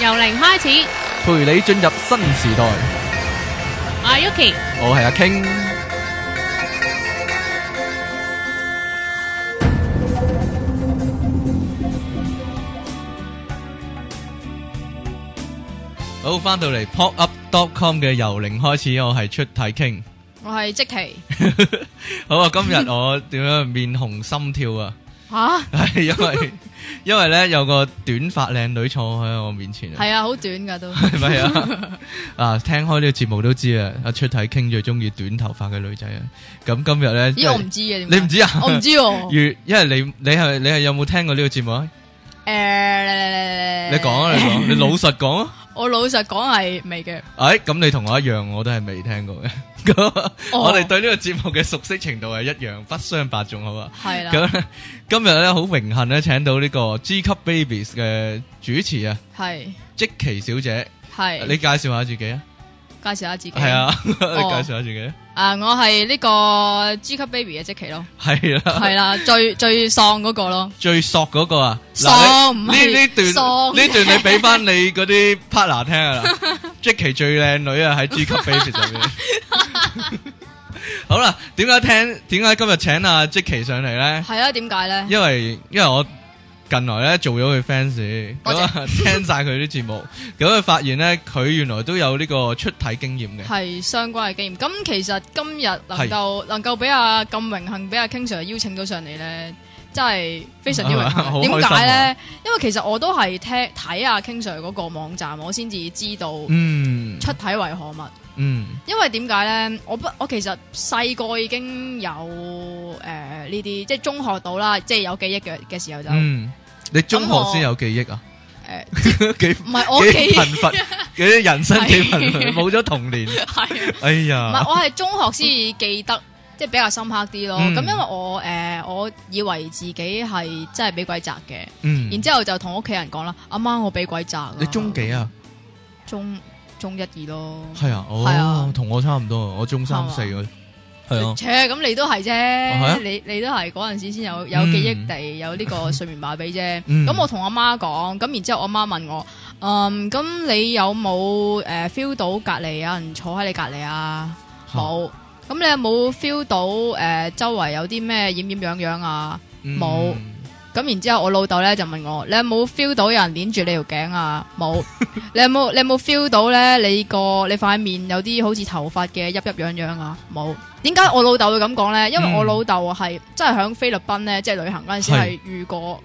由零開始，陪你進入新時代。我係 Yuki，我係阿 King，好翻到嚟 pop up dot com 嘅由零開始，我係出體傾。我係即奇好啊，今日我點樣面紅心跳啊？ 吓，係因為因為咧有個短髮靚女坐喺我面前啊。係啊，好短噶 都，系咪啊？啊，聽開呢個節目都知啊，阿出體傾最中意短頭髮嘅女仔啊。咁今日咧，咦我唔知嘅，點解你唔知啊？我 唔知喎，如因為你你係你係有冇聽過呢個節目啊？誒，你講啊，你講，你老實講啊。我老實講係未嘅，诶，咁你同我一樣，我都係未聽過嘅。 咁我哋對呢個節目嘅熟悉程度係一樣，不相伯仲，好啊。係啦，咁今日咧好榮幸咧，請到呢個 G 級 Babies 嘅主持啊，係即奇小姐，係，你介紹下自己啊？介紹下自己，係，啊， 你介紹下自己啊。啊，我係呢個 G 級 baby 嘅即奇咯，係啦。係啦，最最喪嗰個咯，最索嗰個啊，索嗱唔呢係呢呢段索呢段你俾翻你嗰啲 partner 聽啊啦，Jackie 最靚女啊喺 G 級 Baby 上面。好啦，點解聽點解今日請阿 Jackie 上嚟咧？係啊，點解咧？因為因為我近來咧做咗佢 fans，多咁謝啊聽晒佢啲節目，咁佢發現咧佢原來都有呢個出體經驗嘅。係相關嘅經驗，咁其實今日能係夠能夠俾阿咁榮幸俾阿 King Sir 邀請到上嚟咧，真係非常之 好榮幸。開點心解啊咧？因為其實我都係聽睇阿 King Sir 嗰個網站，我先至知道嗯出體為何物。嗯，因為點解咧？我不我其實細個已經有誒呢啲，即係中學到啦，即係有記憶嘅嘅時候就誒，嗯，你中咁學我先有記憶啊？唔 幾係我幾記貧 乏，幾人生幾貧乏，係冇咗童年。係啊。哎唔係，呀，我係中學先至記得，即係比較深刻啲咯。嗯咁、因為我誒、呃我以為自己係真係俾鬼砸嘅，嗯，然之後就同屋企人講啦，阿媽我俾鬼砸啊。你中幾啊？中中一二咯。係啊，係啊哦，同我差唔多啊，我中三四啊，係啊，切，咁你都係啊啫，你你都係嗰陣時先有有記憶地有呢個睡眠麻痹啫。咁、嗯我同阿媽講，咁然之後我媽問我，嗯，咁你有冇誒 feel 到隔離有人坐喺你隔離啊？嚇冇。咁你有冇 feel 到誒、呃周圍有啲咩掩掩癢癢啊？嗯冇咁然之後我老豆咧就問我：你有冇 feel 到有人捏住你條頸啊？冇。 你有冇你有冇 feel 到咧？你個你塊面有啲好似頭髮嘅鬱鬱癢癢啊？冇。點解我老豆會咁講咧？因為我嗯老豆係真係喺菲律賓咧，即係旅行嗰陣時係係遇過，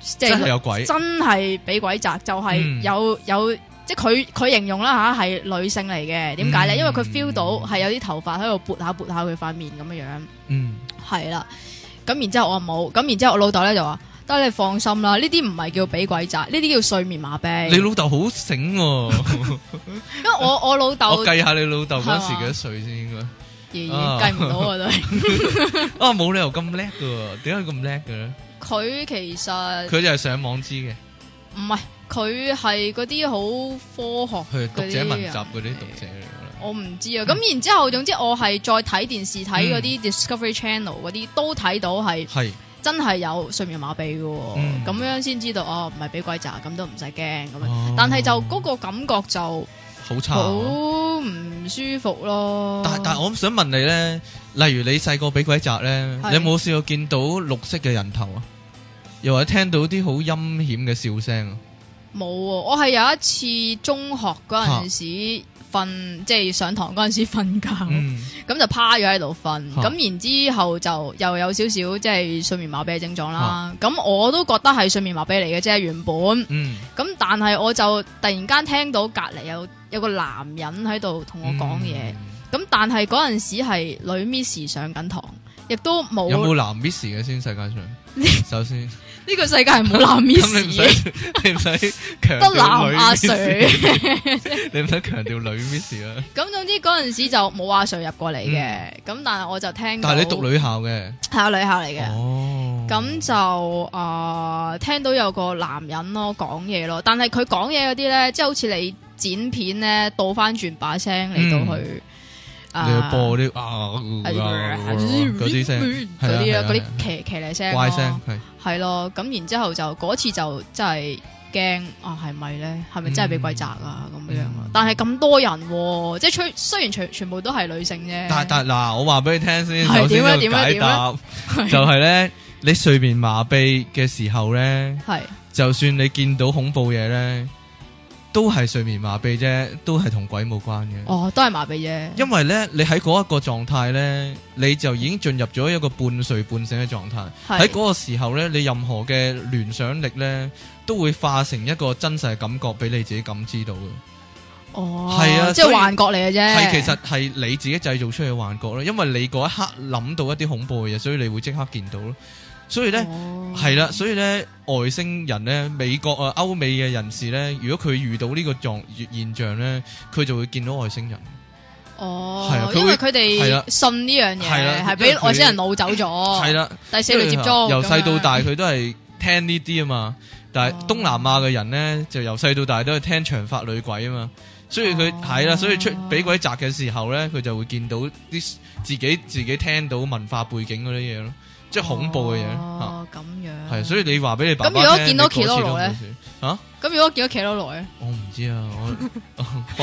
即真係係有鬼，真係俾鬼砸，就係嗯有有即係佢佢形容啦吓係女性嚟嘅。點解咧？嗯因為佢 feel 到係有啲頭髮喺度撥下撥下佢塊面咁樣樣。嗯，系啦，咁然之後我冇，咁然之後我老豆咧就話：得你放心啦，呢啲唔係叫俾鬼砸，呢啲叫睡眠麻痹。你老啊豆好 醒喎，因為我我老豆我計下你老豆嗰係時嘛幾多歲先應該？咦啊 計唔到啊，都係啊，冇理由咁叻噶，點解咁叻嘅咧？佢其實佢就係上網知嘅，唔係佢係嗰啲好科學佢係嗰讀啲者文集人嗰啲讀者嚟噶我唔知啊，咁然之後，總之我係再睇電視嗯睇嗰啲 Discovery Channel 嗰啲，都睇到係啦，係真係有睡眠麻痹嘅喎，嗯咁、樣先知道哦，唔係俾鬼砸，咁都唔使驚咁樣。哦但係就嗰個感覺就。好差好啊。唔舒服咯。但但我想問你咧，例如你細個俾鬼砸咧，係你有冇試過見到綠色嘅人頭啊？又或者聽到啲好陰險嘅笑聲啊？冇喎，我係有一次中學嗰陣時瞓，即係上堂嗰陣時瞓覺，咁、嗯，就趴咗喺度瞓，嚇咁然之後就又有少少即係睡眠麻痹嘅症狀啦。咁、我都覺得係睡眠麻痹嚟嘅啫，原本嗯，咁，但係我就突然間聽到隔離有有個男人喺度同我嗯講嘢，咁、但係嗰陣時係女 miss 上緊堂，亦都嗯。冇有冇男 miss 嘅先？世界 上，首先，呢個世界係冇男咁你唔 miss 嘅。使， 你唔使強得調男女阿 miss，啊 Sir， 你唔使強調女 miss 啊啦。咁總之嗰陣時就冇阿 Sir 入過嚟嘅，咁、但係我就聽到，但係你讀女校嘅，係啊女校嚟嘅，哦，咁、就啊、呃、聽到有個男人咯講嘢咯，但係佢講嘢嗰啲咧，即係好似你剪片咧倒翻轉把聲嚟到去啊你要播啲啊嗰啲嗰聲，啲係啊係啊嗰啲係啊騎騎呢聲咯怪聲係。係咯，咁然之後就嗰次就真係惊啊，系咪咧？系咪真系俾鬼砸啊？嗯咁樣样咯。但係咁多人喎，即系虽虽然全全部都係女性啫，但但嗱，我話俾你聽先，係首先點啊要點啊解點答啊 就係咧，你睡眠麻痹嘅時候咧，係就算你見到恐怖嘢咧，都係睡眠麻痹啫，都係同鬼冇關嘅。哦，都係麻痹啫。因為咧，你喺嗰一個狀態咧，你就已經進入咗一個半睡半醒嘅狀態。喺係嗰個時候咧，你任何嘅聯想力咧，都會化成一個真實嘅感覺俾你自己感知到嘅。哦，係啊即係所以幻覺嚟嘅啫。係其實係你自己製造出嘅幻覺咯，因為你嗰一刻諗到一啲恐怖嘅嘢，所以你會即刻見到咯。所以咧哦係啦，所以咧外星人咧，美國啊歐美嘅人士咧，如果佢遇到呢個狀現象咧，佢就會見到外星人。係啊哦佢，會因為佢係啦哋信呢樣係啦嘢，係因為俾佢外星人攞走咗，係啦、第四類接觸。由咁樣細到大佢都係聽呢啲啊嘛，但係哦東南亞嘅人咧就由細到大都係聽長髮女鬼啊嘛，所以佢哦係啦，所以出俾鬼襲嘅時候咧，佢就會見到啲自己自己聽到文化背景嗰啲嘢咯，即係恐怖嘅嘢嚇，哦，咁樣。係、所以你話俾你爸爸咁如果聽見到你嗰次都 Kilolo 冇咧事嚇，咁如果見到企攞來， 我唔知啊，我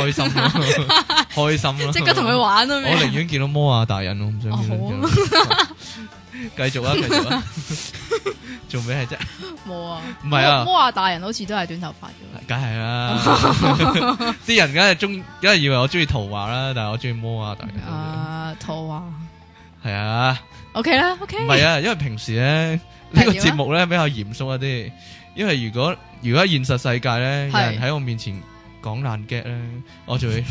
開心 咯，開心咯，即刻同佢玩咯。我咩啊寧願見到摩亞大人，我唔想見到哦繼續啊，繼續 啊， 做咩啫？冇啊，唔係啊摩摩亞大人好似都係短頭髮嘅。梗 係啦，啲人梗係中，梗係以為我中意圖畫啦，但係我中意摩亞大人。啊，套啊係啊， ，OK 啦，OK。唔係啊，因為平時咧呢個哎係點啊節目咧比較嚴肅一啲，因為如果如果喺現實世界咧，有係人喺我面前講爛 get 咧，我就會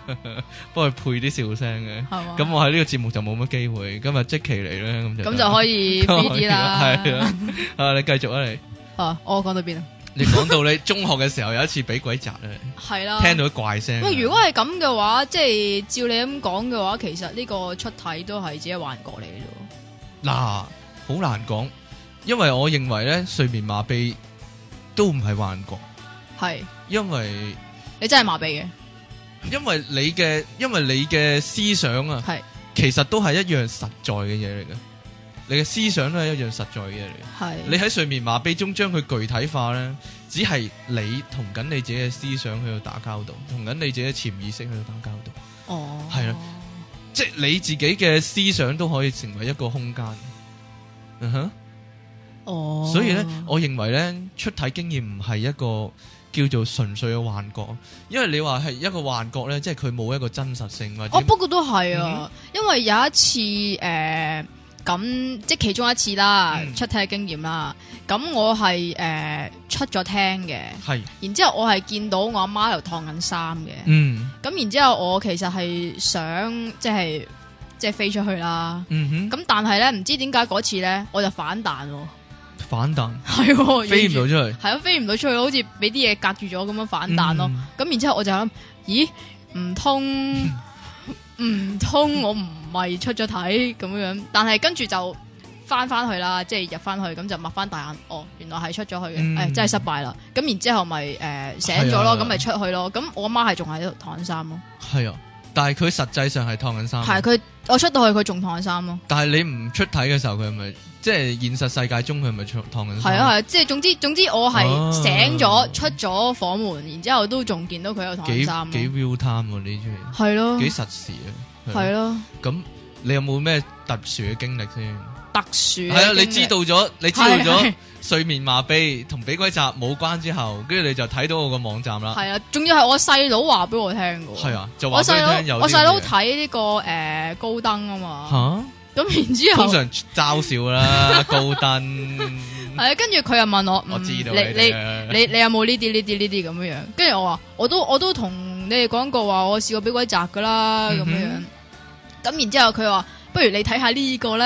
幫佢配啲笑聲嘅。係嘛？咁我喺呢個節目就冇乜機會，今日即期嚟咧，咁就咁就可以 free 啲啦。係啊，啊你繼續啊你， 啊，我講到邊啊？你講到你中學嘅時候有一次俾鬼 襲咧，係啦。聽到啲怪聲啊。喂，如果係咁嘅話，即係照你咁講嘅話，其實呢個出體都係自己幻覺嚟嘅啫嗱，好難講，因為我認為咧，睡眠麻痹都唔係幻覺，喎。係，因為你真係麻痹嘅。因為你嘅因為你嘅思想啊，係其實都係一樣實在嘅嘢嚟嘅，你嘅思想都係一樣實在嘅嘢嚟嘅。係。你喺睡眠麻痹中將佢具體化咧，只係你同緊你自己嘅思想喺度打交道，同緊你自己嘅潛意識喺度打交道，哦。係啦。即係你自己嘅思想都可以成為一個空間。嗯哼。哦。所以咧，我認為咧，出體經驗唔係一個叫做純粹嘅幻覺，因為你話係一個幻覺咧，即係佢冇一個真實性或者哦，不過都係嗯啊，因為有一次誒咁、即係其中一次啦，嗯出體嘅經驗啦。咁我係誒、呃出咗廳嘅，係然之後我係見到我阿媽喺度燙緊衫嘅。嗯咁、然之後我其實係想即係即係飛出去啦。嗯哼咁但係咧，唔知點解嗰次咧，我就反彈喎， 反彈係喎，飛唔到完出去全，係啊，飛唔到出去，好似俾啲嘢隔住咗咁樣反彈咯。嗯咁然之後我就諗，咦，唔 通唔通我唔係出咗體咁樣？但係跟住就翻翻去啦，即係入翻去，咁就擘翻大眼，哦，原來係出咗去嘅，誒、哎嗯真係失敗啦。咁然之後咪誒、呃醒係咗啊咯，咁咪出去咯。咁我媽係仲喺度燙緊衫咯，係啊，但係佢實際上係燙緊衫，啊係啊佢我出到去佢仲燙緊衫咯，但係你唔出體嘅時候，佢係咪即係現實世界中佢係咪燙燙緊係衫？啊係，啊，即係總之總之我哦係醒咗出咗房門，然之後都仲見到佢有燙緊幾衫啊幾咯， real time 喎呢係啲咯嘢，幾實時啊。係係咯，咁，你有冇咩特殊嘅經歷先？特殊嘅係啊，經你歷知道咗，你知道咗係。係睡眠麻痹同俾鬼襲冇關之後，跟住你就睇到我個網站啦。系啊，仲要係我細佬話俾我聽嘅。係，啊，就話我俾細你聽佬有我細細佬睇呢個诶高登啊嘛，吓，咁然之通後常嘲笑啦，高登，係啊，跟住佢又問我，我嗯知道你哋你啊你你有冇呢啲呢啲呢啲咁樣樣？跟住我話，我都我都同你哋講過話，我試過俾鬼砸噶啦咁嗯樣哼樣。咁然之後佢話，不如你睇下呢個咧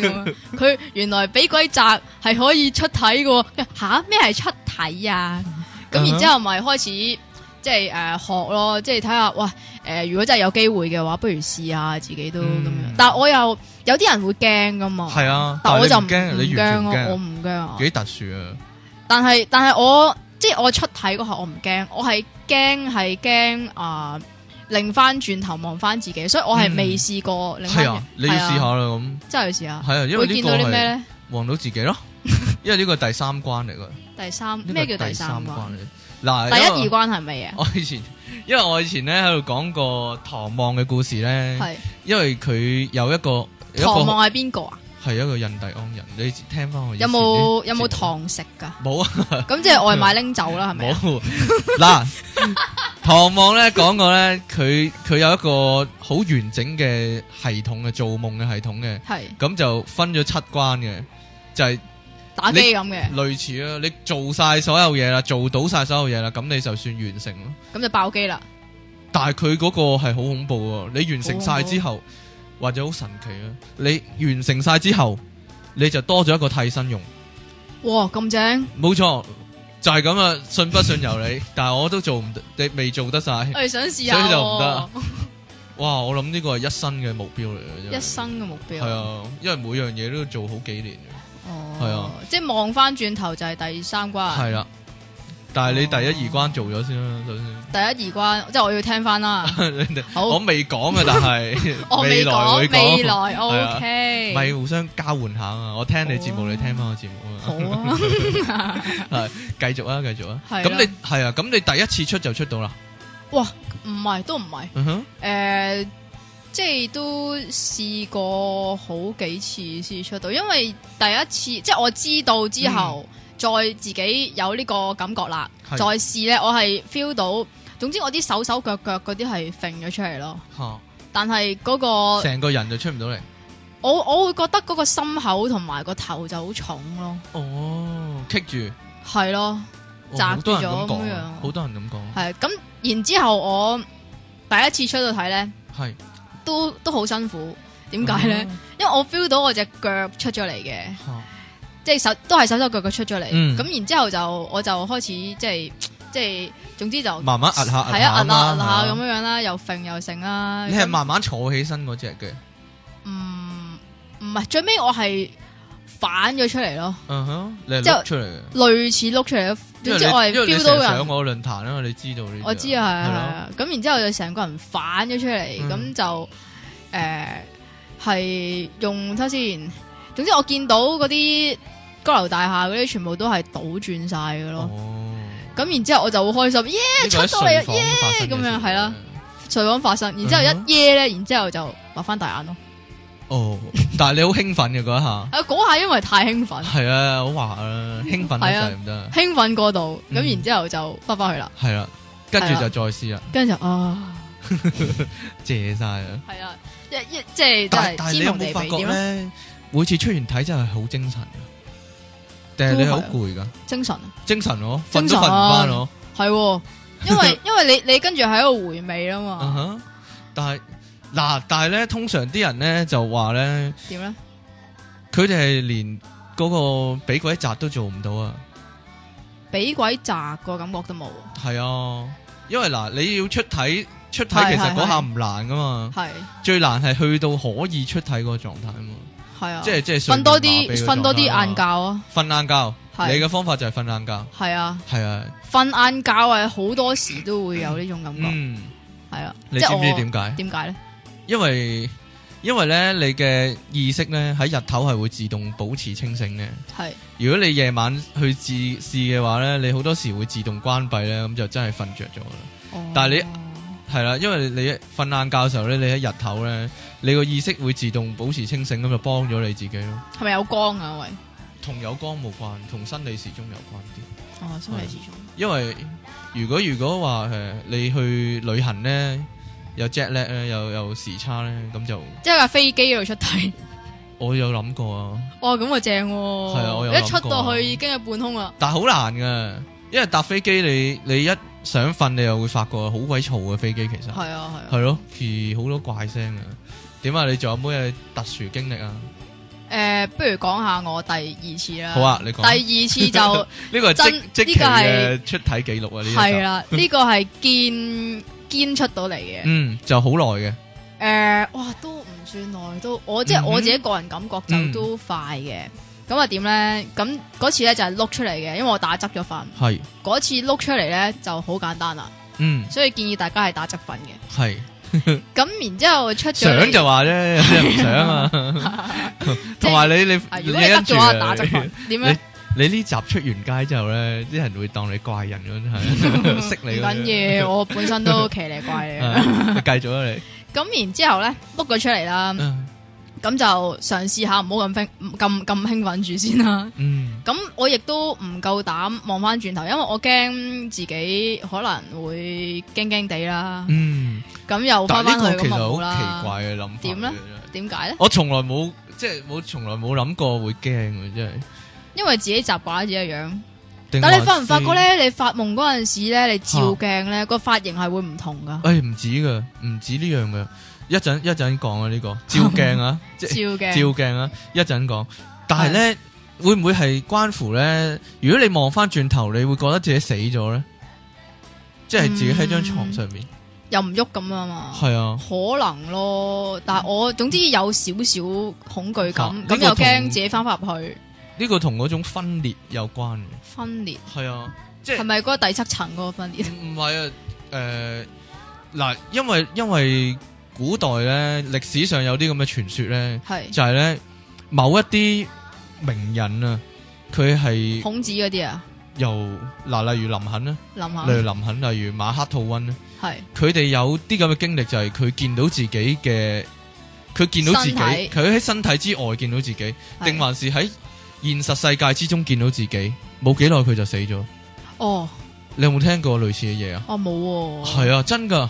咁 樣。佢原來俾鬼砸係可以出體嘅喎，吓咩係出體啊？嗯咁哼然之後咪開始即係誒學咯，即係睇下哇誒，如果真係有機會嘅話，不如試下自己都咁嗯樣。但係我又有啲人會驚噶嘛，係啊，但但我就你唔驚，你完驚全唔咯，我驚，唔驚啊。幾特殊啊！但係但系我即係我出體嗰下我唔驚，我係驚係驚啊，擰翻轉頭望翻自己，所以我係未試過擰翻嗯係轉啊，你要試下係啊啦咁，真係要試下。係啊，因為會呢見個到啲咩係咧？ 望到自己咯，因為呢個係第三關嚟噶，第第三呢個咩叫第第三關關？嚟？嗱，第因為一二關係乜嘢 我以前，因為我以前咧喺度講過唐望嘅故事咧，啊？因為佢有一個有一唐個望係邊個啊？係一個印第安人，你聽翻我以有前冇啲有冇節目？堂食 噶？冇啊，咁即係外賣拎走啦，係咪啊？冇。 嗱，唐望咧講過咧，佢佢有一個好完整嘅系統嘅做夢嘅系統嘅，係咁就分咗七關嘅，就係、打機咁嘅，類似啦，你做晒所有嘢啦，做到晒所有嘢啦，咁你就算完成咯。咁就爆機啦。但係佢嗰個係好恐怖喎，你完成晒之哦後，或者好神奇啊！你完成晒之後，你就多咗一個替身用，哇，咁 正！冇錯，就係咁啊！信不信由 你，但係我都做唔，你未做得晒。我哋哎想試下所以就喎，唔哇！我諗呢個係一生嘅目標嚟嘅，一生嘅目標。係，啊，因為每樣嘢都要做好幾年嘅，哦，係啊，即係望翻轉頭就係第三關，係啦。但係你第哦一二關做咗先啦，首先。第一二關，即係我要聽翻啦。 你哋好我未講啊，但係 我未來講，會講未來 係啊 OK，咪互相交換下啊！我聽你節好目，啊你聽翻我節目啊！好啊，繼續啊，繼續啊！係咁啦你係啊，咁你第一次出就出到啦。唔係都唔係，嗯哼，诶、即係都試過好幾次先出到，因為第一次即係我知道之後，再自己有呢個感覺啦，嗯係再試咧，我係 feel 到，總之我啲手手腳腳嗰啲係揈咗出嚟咯，吓，但係嗰、個成個人就出唔到嚟。我我會覺得嗰個心口同埋個頭就好重咯，哦，棘住，係咯。擲哦好多人住咗咁咁講樣啊，好多人咁講。系咁，然之后我第一次出到睇咧，係都都好辛苦。點解咧？？哦因為我 feel 到我只腳出咗嚟嘅，嚇即係手都係手手腳腳出咗嚟。咁、嗯然之后就我就開始即係即係，總之就係慢慢壓下，啊，壓下壓下咁樣樣啦，又揈又剩啦。你係咁慢慢坐起身嗰只嘅。唔唔係最尾我係反咗出嚟咯，嗯哼，你係之後碌出嚟嘅。類似碌出嚟咯。因為總之我係你因為你 feel 成到日人上。我論壇啊嘛，你知道呢啲啊。我知啊，係係啊係咯啊，咁然之後就成個人反咗出嚟，咁、嗯就诶係、用睇下先。總之我見到嗰啲高樓大廈嗰啲全部都係倒轉晒嘅咯。哦。咁、然之後我就好開心，耶！呢個喺出到嚟啊睡房發生嘅耶咁事樣係啦。睡房發生，然之後嗯哼一耶咧，然之後就擘翻大眼咯。哦，但係你好興奮嘅嗰一下，啊嗰下因為太興奮，係啊，好滑啊，興奮係啊得滯唔得，興奮過度，咁、嗯然之後就翻返去啦。係啦，跟係住啦就再試啦，跟住就啊，謝晒啦。係啊，一一即係真但係但係你天有同地冇發比覺點啊咧？每次出完體真係好精神㗎，定係你好都係啊攰㗎？精神。精神我瞓精都神啊瞓唔翻我，系、喎，因为因为你你跟住喺度回味啦嗯嘛，哼。但係嗱，但係咧，通常啲人咧就話咧，点咧？佢哋係連嗰個俾鬼砸都做唔到啊。俾鬼砸個感覺都冇喎，係啊，因為嗱，你要出體出體，係其實係嗰下唔難㗎嘛。係最難係去到可以出體嗰個狀態啊嘛，係啊，即係即係瞓多啲，瞓多啲晏覺覺，啊，瞓晏覺。係你嘅方法就係瞓晏覺，係啊，係啊，瞓晏覺係好多時都會有呢種感覺，嗯，係啊，你即知係唔知我點解？點解咧？因為因為咧，你嘅意識咧喺日頭係會自動保持清醒嘅。係如果你夜晚去自試嘅話咧，你好多時會自動關閉咧，咁就真係瞓着咗啦。 但係你係啦，因為你瞓晏覺嘅時候咧，你喺日頭咧，你個意識會自動保持清醒，咁就幫咗你自己咯。係咪有光啊？喂，同有光無關，同生理時鐘有關啲。哦，心理係始終因為如果如果話誒你去旅行咧，有 jet lag 咧，有有時差咧，咁就即係架飛機嗰度出體， 我有諗過啊，哇，咁啊正係啊我有喎，諗一出過到啊去已經係半空啦，但係好難噶，因為搭飛機你你一想瞓，你又會發覺好鬼嘈嘅飛機其實係啊係啊，係咯，其好多怪聲啊。點啊？你仲有冇嘢特殊經歷啊？誒，不如講下我第二次啦，好啊，，你講第二次就。 呢個係即真即期呢個係嘅出體記錄啊！呢系一集啦，呢個係堅堅出到嚟嘅。誒、嗯就好耐嘅，呃哇，都唔算耐，都我即係嗯哼嗯我自己個人感覺就都快嘅。咁啊點咧？咁嗰次咧就係碌出嚟嘅，因為我打側咗瞓。係嗰次碌出嚟咧就好簡單啦，嗯所以建議大家係打側瞓嘅。係。咁然之後出咗嚟想就話啫， 有啲人唔想啊。同埋你你啊，你如果你得因住咗啊打側啊瞓，點咧？ 你呢集出完街之後咧，啲人會當你怪人 咁，係識唔你嗰啲。緊要，我本身 都騎呢怪嚟嘅。啊你繼續啊你咁然之後咧，卜佢出嚟啦，啊，咁就嘗試下唔好咁興咁咁興奮住先啦。嗯咁我亦都唔夠膽望翻轉頭，因為我驚自己可能會驚驚地啦。嗯，咁又翻但係翻呢去咁個其就實冇好啦。奇怪嘅諗法。點咧？點解咧？我從來冇即係冇從來冇諗過會驚嘅，真係。因為自己習慣咗自己嘅樣。定但你發還唔是發覺？咧？你發夢嗰陣時咧，你照鏡咧，個髮型係會唔同噶。誒唔止噶，唔止呢樣嘅。一陣一陣講啊，呢個照鏡啊，即照係鏡照鏡啊，一陣講。但係咧，會唔會係關乎咧？如果你望翻轉頭，你會覺得自己死咗咧？即係自己喺張床上面，又唔喐咁啊嘛。係啊。可能咯，但系我總之有少少恐懼感啊，咁呢個又驚同自己翻返入去呢個同嗰種分裂有關嘅，分裂，係啊，即係係咪嗰個第七層嗰個分裂？唔係啊？誒、嗱，因為因為古代咧，歷史上有啲咁嘅傳說咧，係就係咧某一啲名人啊，佢係孔子嗰啲啊，由嗱，例如林肯啦，啊例諗如林肯，例如馬克吐啊温咧，下係佢哋有啲咁嘅經歷，就係佢見到自己嘅，佢見到自身己，體佢喺身體之外見到自己，係定還是喺現實世界之中見到自己，冇幾耐佢就死咗。哦，你有冇聽過類似嘅嘢啊？我冇喎。係啊，真噶，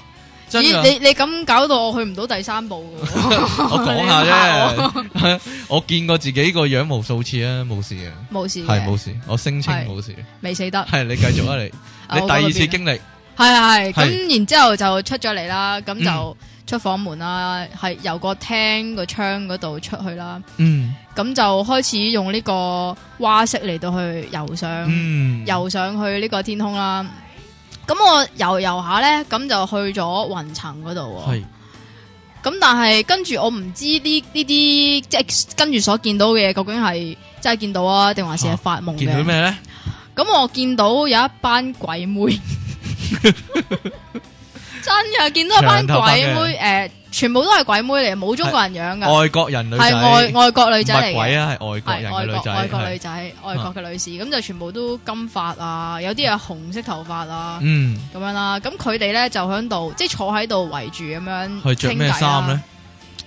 真咦，噶，你你咁搞到我去唔到第三步嘅喎， 我講下 啫。我見過自己個樣無數次啊，冇事嘅，冇事係冇嘅，事，我聲稱係冇事。未死得。係你繼續啊， 你你第二次經歷系系係嗯咁，然之后就出咗嚟啦，咁就出房門啦，係由個廳個窗嗰度出去啦，嗯咁就開始用呢個蛙式嚟到去游上。嗯游上去呢個天空啦。咁我游游下呢，咁就去咗雲層嗰度喎。係咁但係跟住我唔知呢呢啲即係跟住所見到嘅嘢，究竟係真係見到啊，定還是係發夢見到嘅？咩咧？咁我見到有一班鬼 妹，真嘅見到一班長頭髮鬼嘅妹，诶，全部都係鬼妹嚟，冇中國人樣㗎，外國人女仔，啊係外外國女仔嚟唔係嘅鬼。啊，係外國係人外嘅女國仔，外國女係仔、外國嘅女士，咁就全部都金髮啊，有啲係紅色頭髮啊，嗯，咁樣啦。咁佢哋咧就喺度，即係坐喺度圍住咁樣係着傾偈咩啦衫咧？？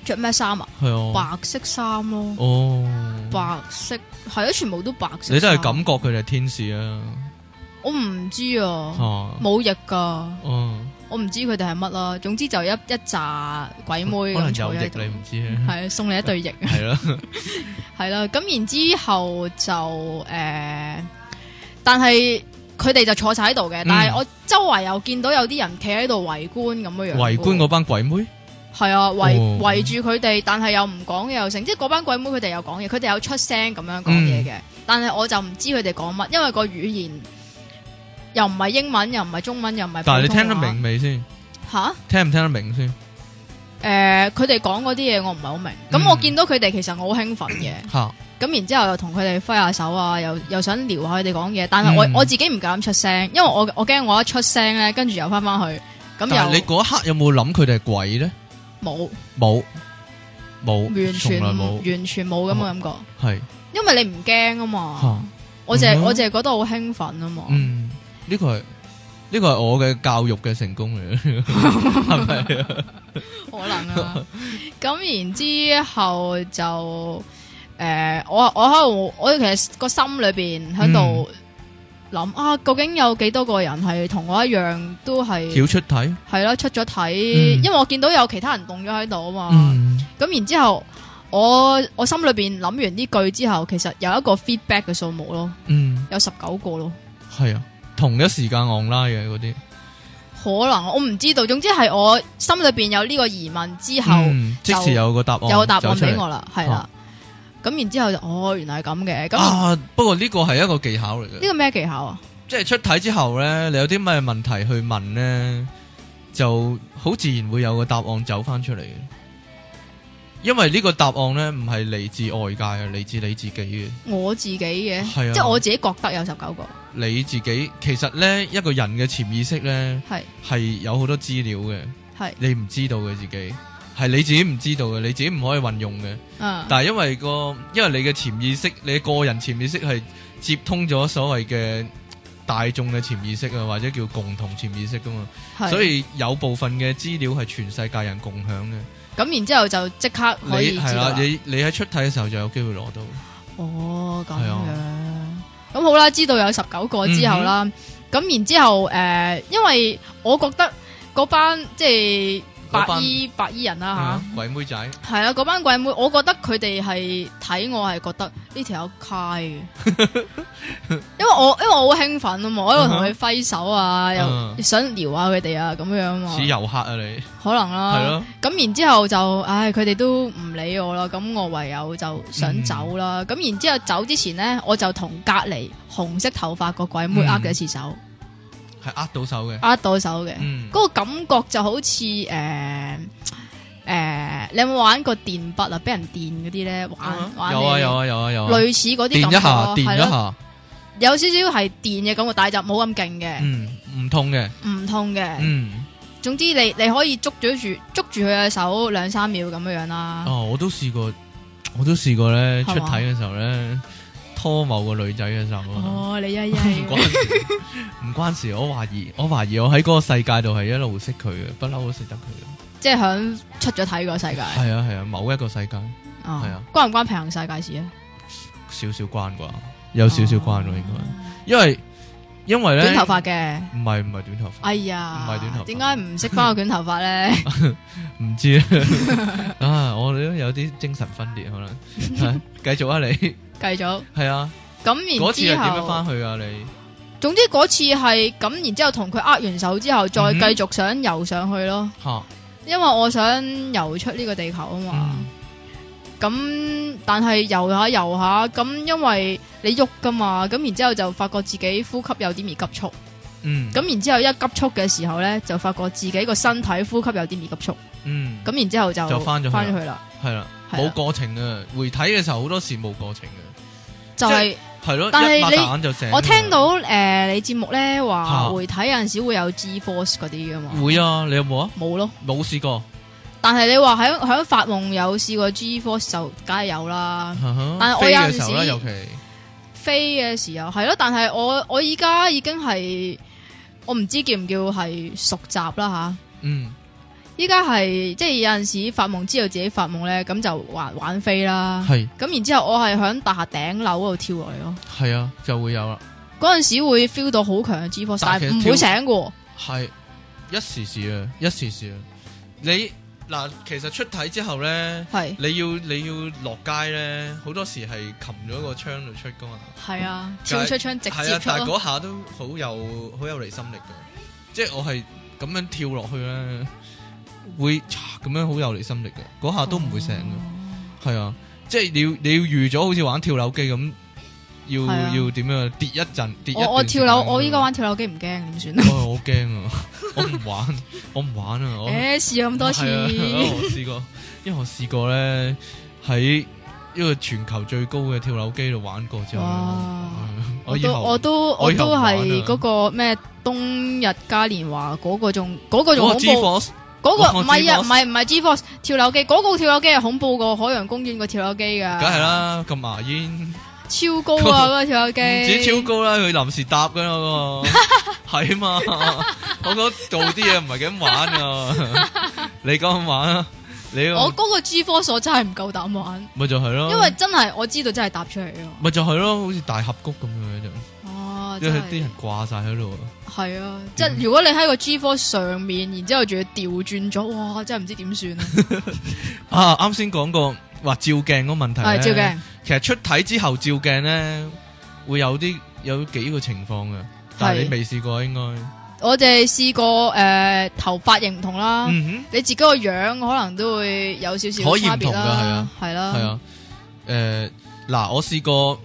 着咩衫啊？係啊，白色衫咯，哦，白色係咯，啊全部都白色。你都係，感覺佢哋係天使啊，我唔知啊，哦，冇翼噶，哦，我唔知佢哋係乜啦。總之就一一紮鬼可妹能咁有坐翼喺度你，唔知啊，係送你一對翼。係 咯。系啦，咁然之后就诶、呃但系佢哋就坐晒喺度嘅，嗯但系我周圍又見到有啲人企喺度圍觀咁樣樣。围观嗰班鬼妹，系啊，圍哦圍住佢哋，但係又唔講嘢又成，即係嗰班鬼妹佢哋又講嘢，佢哋有出聲咁樣講嗯嘢嘅，但係我就唔知佢哋講乜，因為個語言又唔係英文，又唔係中文，又唔係。但系你聽得明未先？吓？聽唔聽得明先？诶、佢哋講嗰啲嘢我唔係好明，咁、嗯我見到佢哋其實我好興奮嘅。吓，咁然之後又同佢哋揮下手啊，又又想撩下佢哋講嘢，但係我、嗯我自己唔夠膽出聲，因為我我驚我一出聲咧，跟住又翻翻去，咁但係又你嗰一刻有冇諗佢哋係鬼咧？冇冇，冇，完全從來冇，完全冇咁嘅感覺，係因為你唔驚啊嘛，吓，我淨係嗯我淨係覺得好興奮啊嘛，嗯，呢個係呢個係我嘅教育嘅成功 嚟，係咪啊？可能 啊，咁然之後就誒、呃我我喺度，我其實個心裏邊喺度嗯諗啊，究竟有幾多個人係同我一樣都係。跳出體，系啦，出咗睇，嗯因為我見到有其他人凍咗喺度啊嘛。嗯。咁、然之后，我我心裏边諗完呢句之後，其實有一個 feedback 嘅數目咯，嗯，有十九個咯。系啊，同一時間 online 嘅嗰啲，可能我唔知道，總之係我心裏边有呢個疑問之後，嗯即時有個答案，有個答案俾走我啦，係啦。咁、然之后就，哦，原來係咁嘅。咁出嚟。呢啊，不過呢個係一個技巧嚟嘅，個咩技巧啊？即係出體之後咧，你有啲咩問題去問咧，就好自然會有個答案走翻出嚟嘅。因為呢個答案咧唔係嚟自外界啊，嚟自你自己嘅。我自己嘅，係啊即系我自己覺得有十九個，你自己其實咧，一個人嘅潛意識咧係係有好多資料嘅，係，你唔知道嘅自己係你自己唔知道嘅，你自己唔可以運用嘅。嗯，但系因為個，因為你嘅潛意識，你個人潛意識係接通咗所謂嘅大眾嘅潛意識啊，或者叫共同潛意識噶嘛，係所以有部分嘅資料係全世界人共享嘅。咁然之后就即刻可以你知係道啊啦，啦。你你喺出體嘅時候就有機會攞到。哦，咁係樣啊咁好啦，知道有十九個之後啦，嗯咁、然之後诶、呃因為我覺得嗰班即係嗰白班衣白衣人啦啊鬼妹仔，吓，係啊，嗰班鬼妹，我覺得佢哋係睇我係覺得呢條友揩 嘅，因為我因為我好興奮啊嘛，我喺度同佢揮手啊，又嗯想撩下佢哋啊，咁樣啊嘛似，遊客啊你，可能啦，係咯，咁然之後就，唉，佢哋都唔理我啦，咁我唯有就想走嗯啦。咁、然之後走之前呢，我就同隔離紅色頭髮個鬼妹嗯握咗一次手，係呃到手嘅。握到手嘅。嗰、嗯，個感覺就好似誒誒，呃你有冇玩過電筆啊？俾人電嗰啲呢？玩玩有啊你有啊有啊有啊，類似嗰啲感電一覺下咯，電係一咯，下，有少少係電嘅感覺，但係就冇咁勁嘅，唔、嗯，唔痛嘅，痛嘅。嗯，總之你你可以捉咗住捉住佢嘅手兩三秒咁樣樣啦。哦，我都試過，我都試過咧，啊係嘛出體嘅時候咧，拖某個女仔嘅手啊，哦，你一一 唔關事，唔關事，我懷疑，我懷疑我喺嗰個世界度係一路識佢嘅，不嬲都識得佢嘅，即係響出咗睇個世 界，係係啊係啊，某一個世界啊啊，關唔關平行世界事啊？少少關哦啩，有少少關咯，應該，該因為因為咧，哦短頭髮嘅，唔係唔係短頭髮，哎呀，唔係短頭髮點解唔識翻個捲頭髮 咧？唔知 啊啊，我哋都有啲精神分裂可 能，係繼續啊你，繼續係啊，咁，嗰然次之係點樣翻後，去啊你？總之嗰次係咁，然之後同佢握完手之後，再嗯哼繼續想游上去咯，吓，因為我想游出呢個地球啊嘛。嗯咁但係游下游下，咁因為你喐噶嘛，咁然之後就發覺自己呼吸有啲而急促。嗯，咁然之後一急促嘅時候咧，就發覺自己個身體呼吸有啲唔急促，嗯，咁然之後就就返咗去啦返咗去啦，系啦，係冇啦過程啊，回睇嘅時候好多時冇過程嘅，就係係咯，但係一擘你大眼就醒。我聽到呃誒你節目咧話嗯嚇回體有陣時會有 G force 嗰啲噶嘛，會啊，你有冇啊？冇咯。冇試過，但係你話喺喺發夢有試過 G force 就梗係有啦，但係我飛有嘅陣時候啦，時尤其飛嘅時候係咯，但係我我依家已經係我唔知叫唔叫係熟習啦嗯吓，依家係即係有陣時發夢知道自己發夢咧，咁就玩玩飛啦。係咁然之後我係喺大廈頂樓嗰度跳落嚟咯，係啊，就會有啦，嗰嗰陣時會 feel 到好強嘅 G force，但但係其係實唔會醒嘅喎。係一時時啊，一時時啊，你嗱其實出體之後咧。係你要你要落街咧，好多時係擒咗個窗度出噶嘛，係啊，就跳係出窗直係接啊，出但係咯。嗰下都好有好有離心力嘅，即係我係咁樣跳落去咧，會嚓咁樣好有離心力嘅，嗰下都唔會醒嘅。哦係啊，即係你要你要預咗，好似玩跳樓機咁，要係啊要點樣跌一陣，跌一我我段時跳間樓，咁樣我依家，玩跳樓機唔驚，點算啊？哎 我驚啊，我唔玩，我唔玩啊，我誒，試咗咁多次，係啊我試過，因為我試過咧喺一個全球最高嘅跳樓機度玩過之後哇咧，我以都我後都我我以後都唔玩啊係嗰個咩冬日嘉年華嗰個仲嗰個仲嗰個恐 G 怖， Force 嗰個唔我係啊， G-force 唔係唔係 G force 跳樓機，嗰個跳樓機係恐怖過海洋公園個跳樓機㗎，梗係，啦，咁牙煙。超高啊嗰個跳樓機，唔止超高啦，佢臨時搭噶 嗰個係啊嘛，我覺得做啲嘢唔係咁 玩啊，你咁玩啊，你咁我嗰個 G force 我真係唔夠膽玩。咪就係咯，因為真係我知道真係答出嚟咯。咪就係咯，好似大峽谷咁樣啫，哦，因真為啲係人嗯掛晒喺度，係啊，即係如果你喺個 G 科上面，然之后仲要調轉咗，哇，真係唔知點算啊！啊啱先講過話照鏡嗰個問題係照咧，鏡，其實出體之後照鏡咧會有啲有幾個情況嘅，但係係你未試過應該，我哋試過诶頭髮型唔同啦，嗯你自己個樣可能都會有少少可以唔差別同㗎係啦係啊，哼，啦，係啊，誒嗱我試過。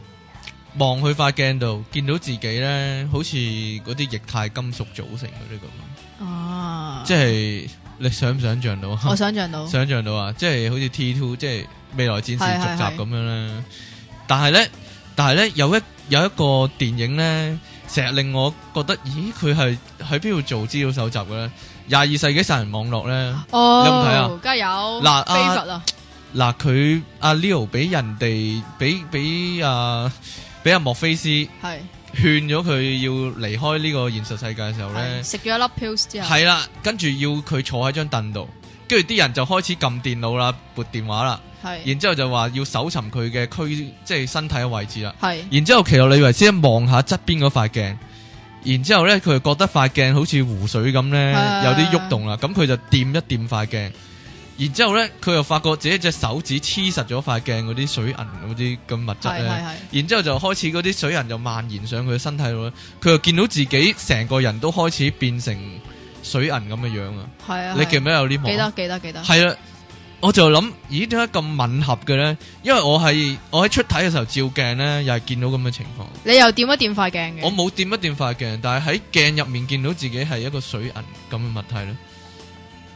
望去塊鏡度，見到自己咧，好似嗰啲液態金屬組成嗰啲咁，啊，即係你想唔想象到啊？我想象到， 想象到啊，即係好似 T two，即係未來戰士係係續係集咁樣咧。但係咧，但係咧，有一有一個電影咧，成日令我覺得，咦，佢係喺邊度做資料搜集嘅咧？廿二世紀殺人網絡咧，有冇睇啊哦，梗係有，嗱非啊佛啊，嗱佢阿 Leo 俾人哋俾俾啊。俾阿莫菲斯係勸咗佢要離開呢個現實世界嘅時候咧係，食咗一粒 pills 之後，係啦，跟住要佢坐喺張凳度，跟住啲人就開始撳電腦啦、撥電話啦，係然之后就話要搜尋佢嘅區，即係身體嘅位置啦。係然之後，奇洛李維斯一望下側邊嗰塊鏡，然之後咧佢就覺得塊鏡好似湖水咁咧，啊有啲喐動啦，咁佢就掂一掂塊鏡，然之後咧佢又發覺自己隻手指黐實咗塊鏡嗰啲水銀嗰啲咁物質係咧，係然之後就開始嗰啲水銀就蔓延上佢嘅身體度咧，佢就見到自己成個人都開始變成水銀咁嘅樣啊！係啊！你記唔記唔得有呢幕啊？記得記得記得系啦，我就谂，咦，点解咁吻合嘅咧？因为我系我喺出體嘅時候照鏡咧，又係見到咁嘅情況。你又掂一掂塊鏡我嘅，冇掂一掂塊鏡，但係喺鏡入面見到自己係一個水銀咁嘅物體咧。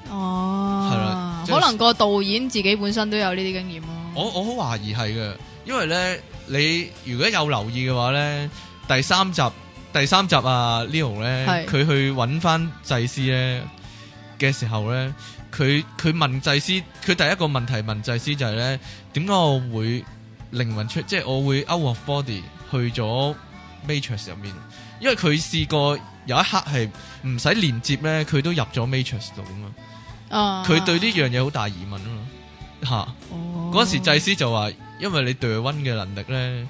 係啦哦，即係可能個導演自己本身都有呢啲經驗我咯。我好懷疑係嘅，因為咧，你如果有留意嘅話咧，第三集第三集啊 Leo 咧，係佢去揾翻祭司咧嘅時候咧，佢佢問祭司，佢第一個問題問祭司就係咧，點解我會靈魂出，即係我會 out of body 去咗 Matrix 入面，因為佢試過有一刻係唔使連接咧，佢都入咗 Matrix 度啊嘛，啊，佢對呢樣嘢好大疑問啊嘛，吓、嗰嗰時祭司就話，因為你對温嘅能力咧，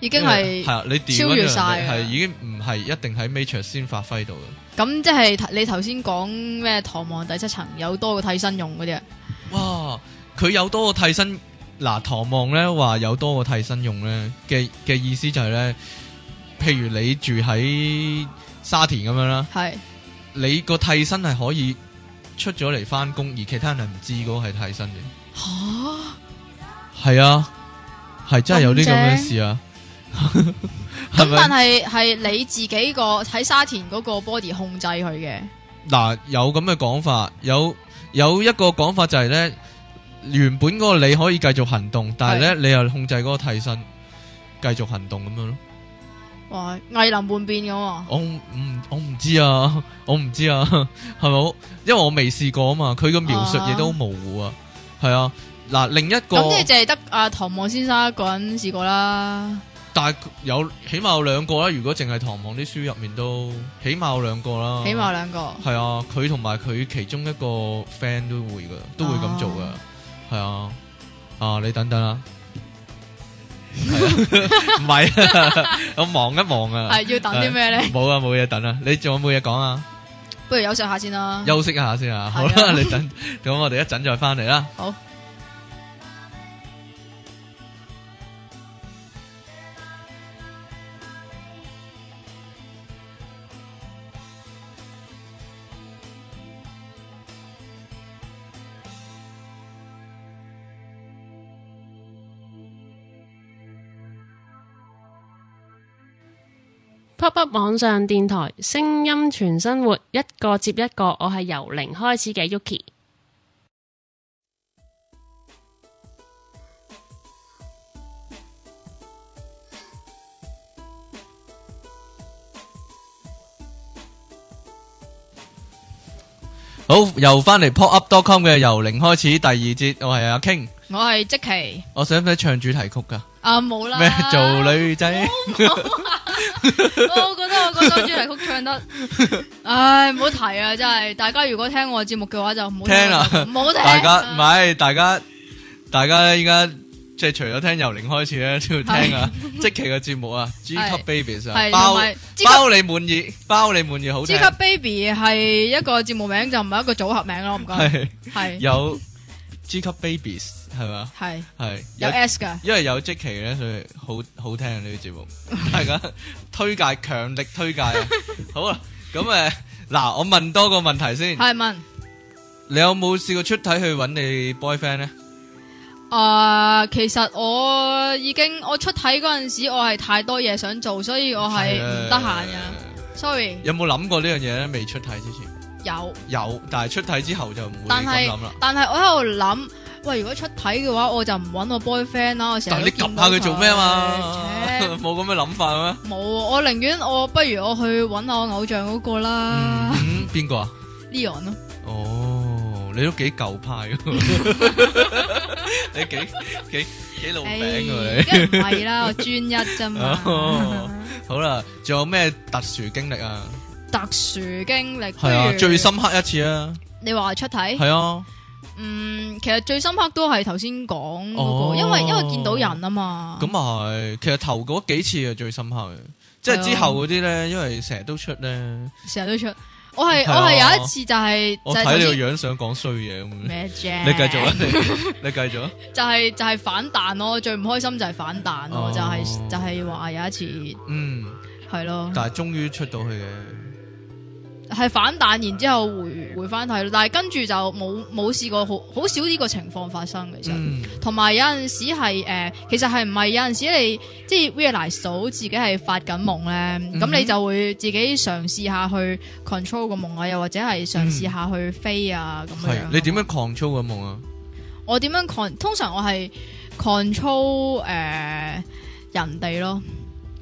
已已經係係啊，你調超温越嘅能晒力㗎係已經唔係一定喺 Matrix 先發揮到嘅。咁即係你頭先講咩唐望第七層有多個替身用嗰啲啊？哇！佢有多個替身，嗱，唐望咧話有多個替身用咧嘅嘅意思就係咧，譬如你住喺沙田咁樣啦，係你個替身係可以出咗嚟翻工，而其他人係唔知嗰個係替身嘅。吓係啊，係真係有啲咁嘅事啊。係咁咪？但係係你自己個喺沙田嗰個 body 控制佢嘅，嗱，有咁嘅講法，有有一個講法就係呢：原本嗰個你可以繼續行動，但係呢，你又控制嗰個替身繼續行動咁樣咯。哇，藝能半變咁啊！我唔唔我唔知啊， 我唔知啊，係咪好？因為我未試過啊嘛，佢個描述亦都好模糊啊，係啊。嗱，另一個，咁即係淨係得阿唐望先生一個人試過啦，但係有起碼有兩個啦。如果淨係唐望啲書入面都，起碼有兩個啦。起碼兩個。系哦啊，佢同埋佢其中一個 friend 都會噶，都會咁做哦噶，係啊，啊你等 等啊，係啊唔係啊，我望一望啊，係要等啲咩咧？冇啊冇嘢等啊，你仲有冇嘢講啊？不如休息下先啦。休息一下先啊，好係 啦，啊你等，咁我哋一陣再翻嚟啦。好。 Pop Up 網上電台，聲音全生活，一個接一個。我係由零開始嘅 Yuki。好，又翻嚟 pop up dot com 嗯嘅由零開始第二節，我係阿 King，我係即奇，我想唔想唱主題曲噶？啊冇啦。咩做？女仔？我覺得我嗰首主題曲唱 得，唉，唔好提啊！真係，大家如果聽我節目嘅話就唔好聽啦唔 好聽。啊大家唔系，大家大家咧，依家即系除咗聽由零開始咧， 都要聽啊，即期嘅節目啊，G 級係 Babies 啊，係包同埋 G 級包你滿意，包你滿意好 G 聽，級 Baby 係一個節目名，就唔係一個組合名咯。唔該，係係有 G 級 Babies 係嘛，係係有有 S 噶，因為有即期咧，所以好好聽啊呢啲 節目，大家推介強力推介啊，好啊，咁誒嗱，我問多個問題先，係問你有冇試過出體去揾你 boyfriend 咧？啊，其實我已經我出體嗰陣時，我係太多嘢想做，所以我係唔得閒係啊嘅。Sorry，有冇諗過呢樣嘢咧？未出體之前有，有，但係出體之後就唔會但咁係諗啦。但係我喺度諗，喂，如果出體嘅話，我就唔揾我 boyfriend 啦。我成但日係你都見及到下佢做咩嘛佢？切 啊冇咁嘅諗法冇，咩？我寧願我不如我去揾我偶像嗰個啦嗯，邊個啊？ ，Leon 咯。哦，你都幾舊派喎， 你幾幾幾老餅喎你。哎梗係唔係啦，我專一啫 哦嘛。好啦，仲有咩特殊經歷啊？特殊經歷，係啊不，如最深刻一次啊，你話出體，係啊，嗯，其實最深刻都係頭先講嗰哦個，因為因為見到人啊嘛。咁啊係，其實頭嗰幾次係最深刻嘅，即係係啊之後嗰啲咧，因為成日都出咧，成日都出，我係係我啊係有一次就係就我係睇你頭個先樣想講衰嘢咁， 你咩啫？繼續啊啦，你你繼續啊，就係就係反彈咯，最唔開心就係反彈咯哦，就係就係話有一次嗯，係咯，但係終於出到去嘅。係反彈，然之後回回翻睇咯，但係跟住就冇冇試過好好少呢個情況發生其實。嗯同埋有陣時係誒、呃其實係唔係有陣時你即係 realize 到自己係發緊夢咧，咁、嗯哼你就會自己嘗試下去 control 個夢啊，又或者係嘗試下去飛啊咁、嗯係樣。你點樣 control 個夢啊？我點樣 con？通常我係 control 誒、呃人哋咯，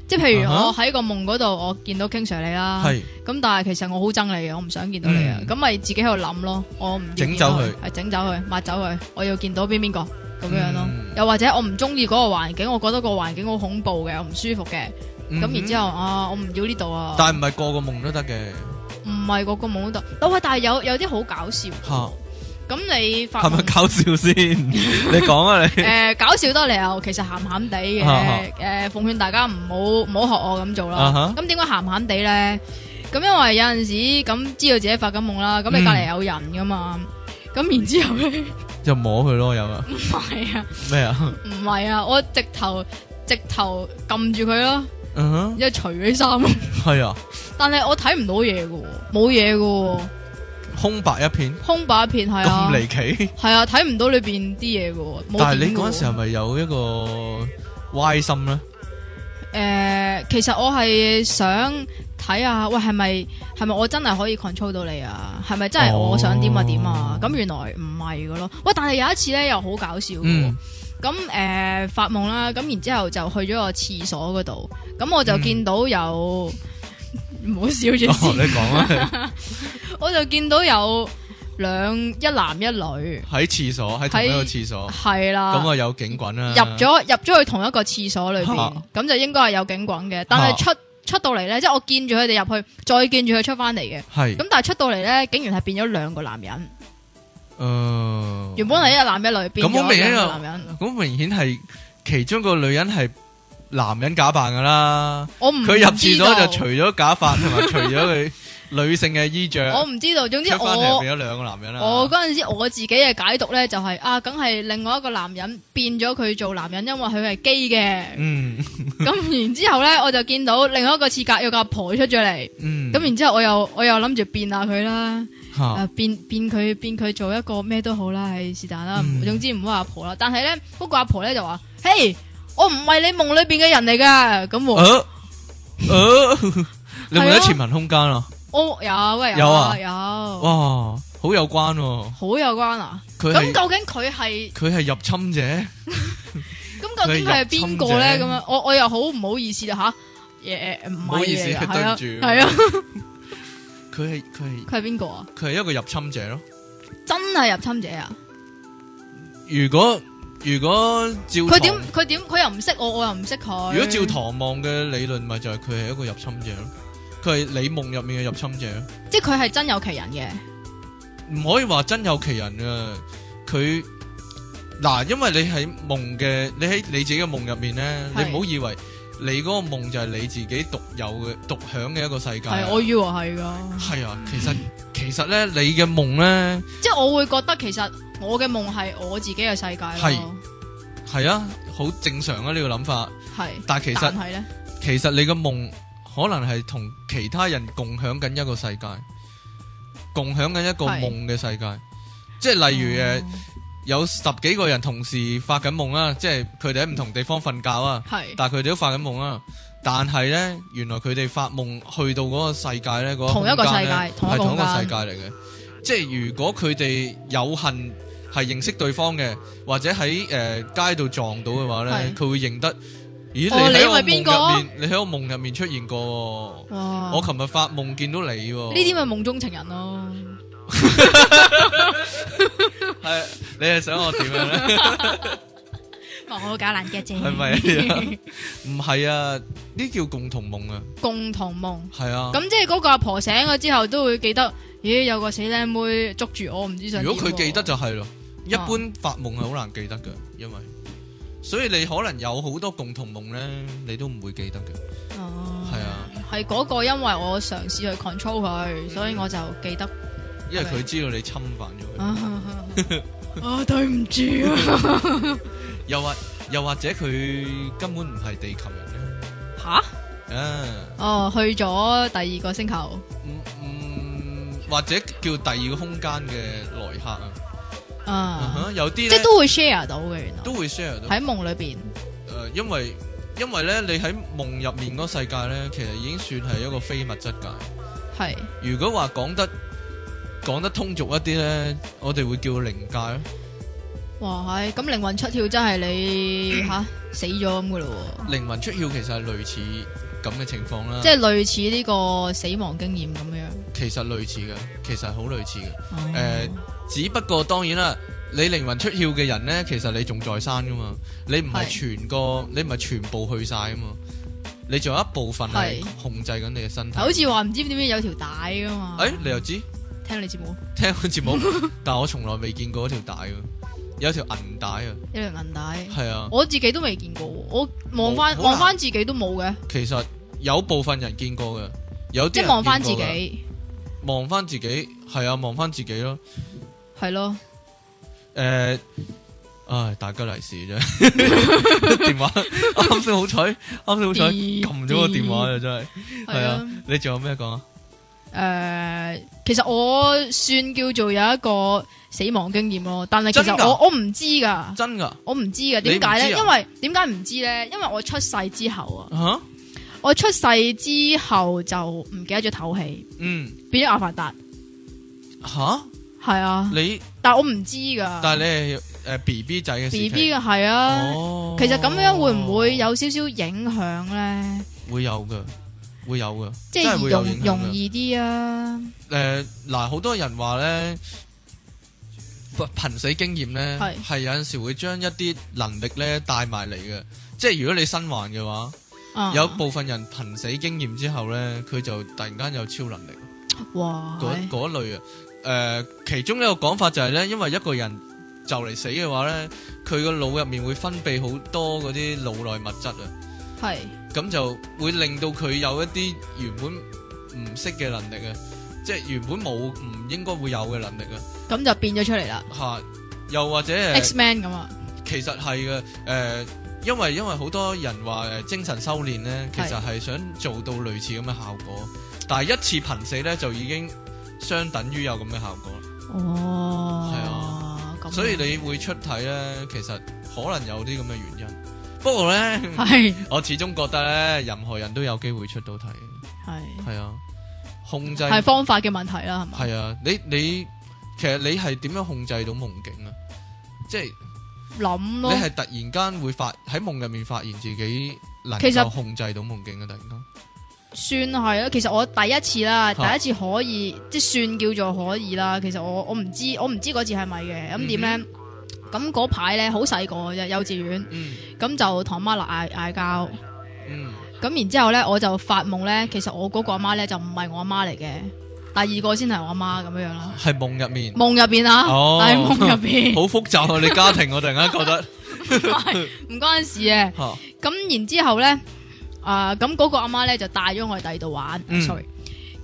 即係譬如啊哈我喺個夢嗰度，我見到 King Sir 你啦，係咁但係其實我好憎你嘅，我唔想見到你啊，嗯咁咪、自己喺度諗咯，我唔要整見到走佢係整走佢，抹走佢，我要見到邊邊個咁樣咯，嗯又或者我唔中意嗰個環境，我覺得個環境好恐怖嘅，我唔舒服嘅，咁、然之後，後啊，我唔要呢度啊，嗯但係唔係個個夢都得嘅唔係個個夢都得，但喂，但係有有啲好搞笑，吓，咁你發係咪夢搞笑 先？你講啊 你，诶、搞笑得嚟又其實鹹鹹地嘅，啊哈诶、奉勸大家唔好唔好學我咁做啊啦哈。咁點解鹹鹹地咧？咁因為有陣時咁知道自己發緊夢啦，嗯咁你隔離有人噶嘛，咁、然之后咧，就摸佢咯，有啊唔係啊，咩啊？唔係啊，我直頭直頭撳住佢咯，嗯哼，然之后除佢衫，係啊，但係我睇唔到嘢嘅喎，冇嘢嘅喎，空白一片，空白一片係咁啊，離奇。係啊，睇唔到裏边啲嘢嘅喎，冇但係你點嘅嗰喎陣時係咪有一個歪 心咧？诶、呃其實我係想睇下，喂，係咪係咪我真係可以 control 到你啊？係咪真係哦我想點啊點啊？咁、原來唔係嘅咯。喂，但係有一次咧又好搞笑嘅喎嗯，咁诶、誒發夢啦，咁然之後就去咗個廁所嗰度，咁我就嗯見到有，唔好笑住哦先，你講啊，我就見到有兩一男一女，喺廁所，喺同一個廁所，係啦。哦咁啊有啊警棍啦，入咗入咗去同一個廁所裏嚇邊，咁就應該係有警棍嘅。啊但係出出到嚟咧，即係我見住佢哋入去，再見住佢出翻嚟嘅。係，咁但係出到嚟咧，竟然係變咗兩個男人，誒，原本係一個男一女，變哦咁好咗明顯兩啊個男人。咁明顯係其中個女人係男人假扮噶啦。我唔佢入知廁道所就除，咗假髮同埋除咗佢女性嘅衣着，我唔知道。總之出翻嚟我變咗兩個男人啦。我嗰陣時我自己嘅解讀咧就係啊，梗係另外一個男人變咗佢做男人，因為佢係基嘅。 嗯咁然之後咧，我就見到另外一個廁格有個阿婆出咗嚟，嗯，咁然之後我又我又諗住變下佢啦。嚇诶，变变佢變佢做一個咩都好啦，係是但啦，嗯總之唔好話阿婆啦。但係咧，嗰個阿婆咧就話：，嘿，我唔係你夢裏邊嘅人嚟㗎。咁我呃呃你有冇得潛行空間啊？我哦有喂有啊啊有，哇，好有關喎！好有關啊。佢咁係究竟佢係佢係入侵者，咁究竟佢係邊個佢係入侵咧？者咁樣我我又好唔好意思啦吓，誒誒唔唔好意思係嘅，係啊對唔住係啊，佢係佢係佢係邊個啊？佢係一個入侵者咯。真係入侵者啊！如果如果照佢點唐佢點佢又唔識我，我又唔識佢。如果照唐望嘅理論，咪就係佢係一個入侵者咯。佢係你夢入面嘅入侵者咯。即係佢係真有其人嘅，唔可以話真有其人啊！佢嗱，因為你喺夢嘅，你喺你自己嘅夢入面咧，係你唔好以為你嗰個夢就係你自己獨有嘅、獨享嘅一個世界。係我以為係㗎。係啊，其實其實咧，你嘅夢咧即系我會覺得其實我嘅夢係我自己嘅世界係咯，係啊，好正常啊呢、個諗法。係。但係其實但係咧，其實你嘅夢可能係同其他人共享緊一個世界，共享緊一個係夢嘅世界。即係例如誒。哦有十幾個人同時發緊夢啦，即係佢哋喺唔同地方瞓覺啊，係但係佢哋都發緊夢啦。但係呢，原來佢哋發夢去到嗰個世界呢，嗰、個同一個空間世界呢同一個係同空一個間世界嚟嘅。即係如果佢哋有幸係認識對方嘅，或者喺誒、呃街度撞到嘅話呢，係佢會認得，咦？哦你喺我你係咪邊夢個啊入面，你喺我夢入面出現過喎。哇！我琴日發夢見到你喎。呢啲咪夢中情人咯，系啊你系想我点样咧？我好搞烂嘅啫，係 咪啊唔系啊，呢叫共同梦啊，共同夢。系啊。咁即係嗰個阿婆醒咗之後都會記得，咦有個死靚妹捉住我，唔知想點喎。如果佢記得就係咯，一啊般發夢係好難記得嘅，因為所以你可能有好多共同夢咧，你都唔會記得嘅，哦，係啊，係嗰個因為我嘗試去 control 佢，所以我就記得。 因為佢知道你侵犯咗佢，啊，對唔住 啊！又或又或者佢根本唔係地球人咧，吓？啊，哦，去咗第二個星球。嗯嗯，或者叫第二個空間嘅來客啊啊啊，哈，有啲即咧係都會 share 到嘅，原來都會 share 到，喺夢裏邊。誒，因為因為咧你喺夢入面嗰個世界咧，其實已經算係一個非物質界。係如果話講得講得通俗一啲咧，我哋會叫靈界咯。哇，係咁靈魂出竅真係你 吓死咗咁嘅咯靈魂出竅其實係類似咁嘅情況啦喎，，即係類似呢個死亡經驗咁樣。其實類似嘅，其實好類似嘅。哦誒只不過當然啦，你靈魂出竅嘅人咧，其實你仲在生噶嘛，你唔係係全個，你唔係全部去晒噶嘛，你仲有一部分係係控制緊你嘅身體。好似話唔知點解有條帶噶嘛？誒，你又知？聽你節目聽我節目，但我從來未見過嗰條帶喎，有條銀帶啊，有條銀帶，係啊。我自己都未見過喎。我望翻冇好難望翻自己都冇嘅，其實有部分人見過嘅，有即啲係人望翻自見過嘅，己望翻自己係啊，望翻自己咯。係咯。诶、唉，大家利 是啫，電話啱先好彩，啱先好彩啲撳咗個電話啊，真係。係係啊啊，你仲有咩講啊？诶，啊其實我算叫做有一個死亡經驗咯，但係其真實㗎我我唔知㗎，真噶我唔知㗎。你唔點解知咧？啊因為點解唔知咧？因為我出世之後啊，吓、我出世之後就唔記得咗唞氣，嗯變咗阿凡達。吓、係啊，你但系我唔知㗎。但係你係诶 B B 仔嘅時 B 期 B 嘅係啊。哦，其實咁樣會唔會有少少影響咧？會有噶，會有噶，即真係係會有容影響㗎容易啲啊，诶，呃嗱、好多人話咧，憑死經驗咧，係係有阵时会将一啲能力咧帶埋嚟嘅。即係如果你身患嘅話，啊有部分人憑死經驗之後咧，佢就突然間有超能力哇，嗰嗰類啊。诶、其中一個講法就係咧，因為一個人就嚟死嘅話咧，佢個腦入面會分泌好多嗰啲腦內物質啊，係咁就會令到佢有一啲原本唔識嘅能力啊，即係原本冇唔應該會有嘅能力啊。咁就變咗出嚟啦。吓、又或者呃 X Man 咁啊，其實係嘅，誒、因為因為好多人話誒、精神修煉咧，其係實係想做到類似咁嘅效果，但係一次瀕死咧就已經相等於有咁嘅效果啦，哦，係啊咁啊，所以你會出體咧，其實可能有啲咁嘅原因。不過咧，係我始終覺得咧，任何人都有機會出到體嘅，係係啊，控制係方法嘅問題啦，係咪？係啊，你你其實你係點樣控制到夢境啊？即係。諗你咯，係突然間會發喺夢入面發現自己能其夠實控制到夢境啊嘅，突然間算係啊啦。其實我第一次啦，第嚇一次可以即係算叫做可以啦。其實我我唔知我唔知嗰次係咪嘅，咁點咧？咁嗰排咧好細個嘅啫，幼稚園嗯咁就同媽鬧嗌嗌交。嗯咁然之後咧，我就發夢咧，其實我嗰個阿媽咧就唔係我阿媽嚟嘅，第二個先係我阿媽咁樣樣啦。係夢入面，夢入邊啊，哦係夢入邊， 好複雜啊！你家庭我突然間 覺得唔關事嘅。吓，咁然之後咧，啊咁嗰個阿媽咧就帶咗我去第二度玩、嗯 s o r r y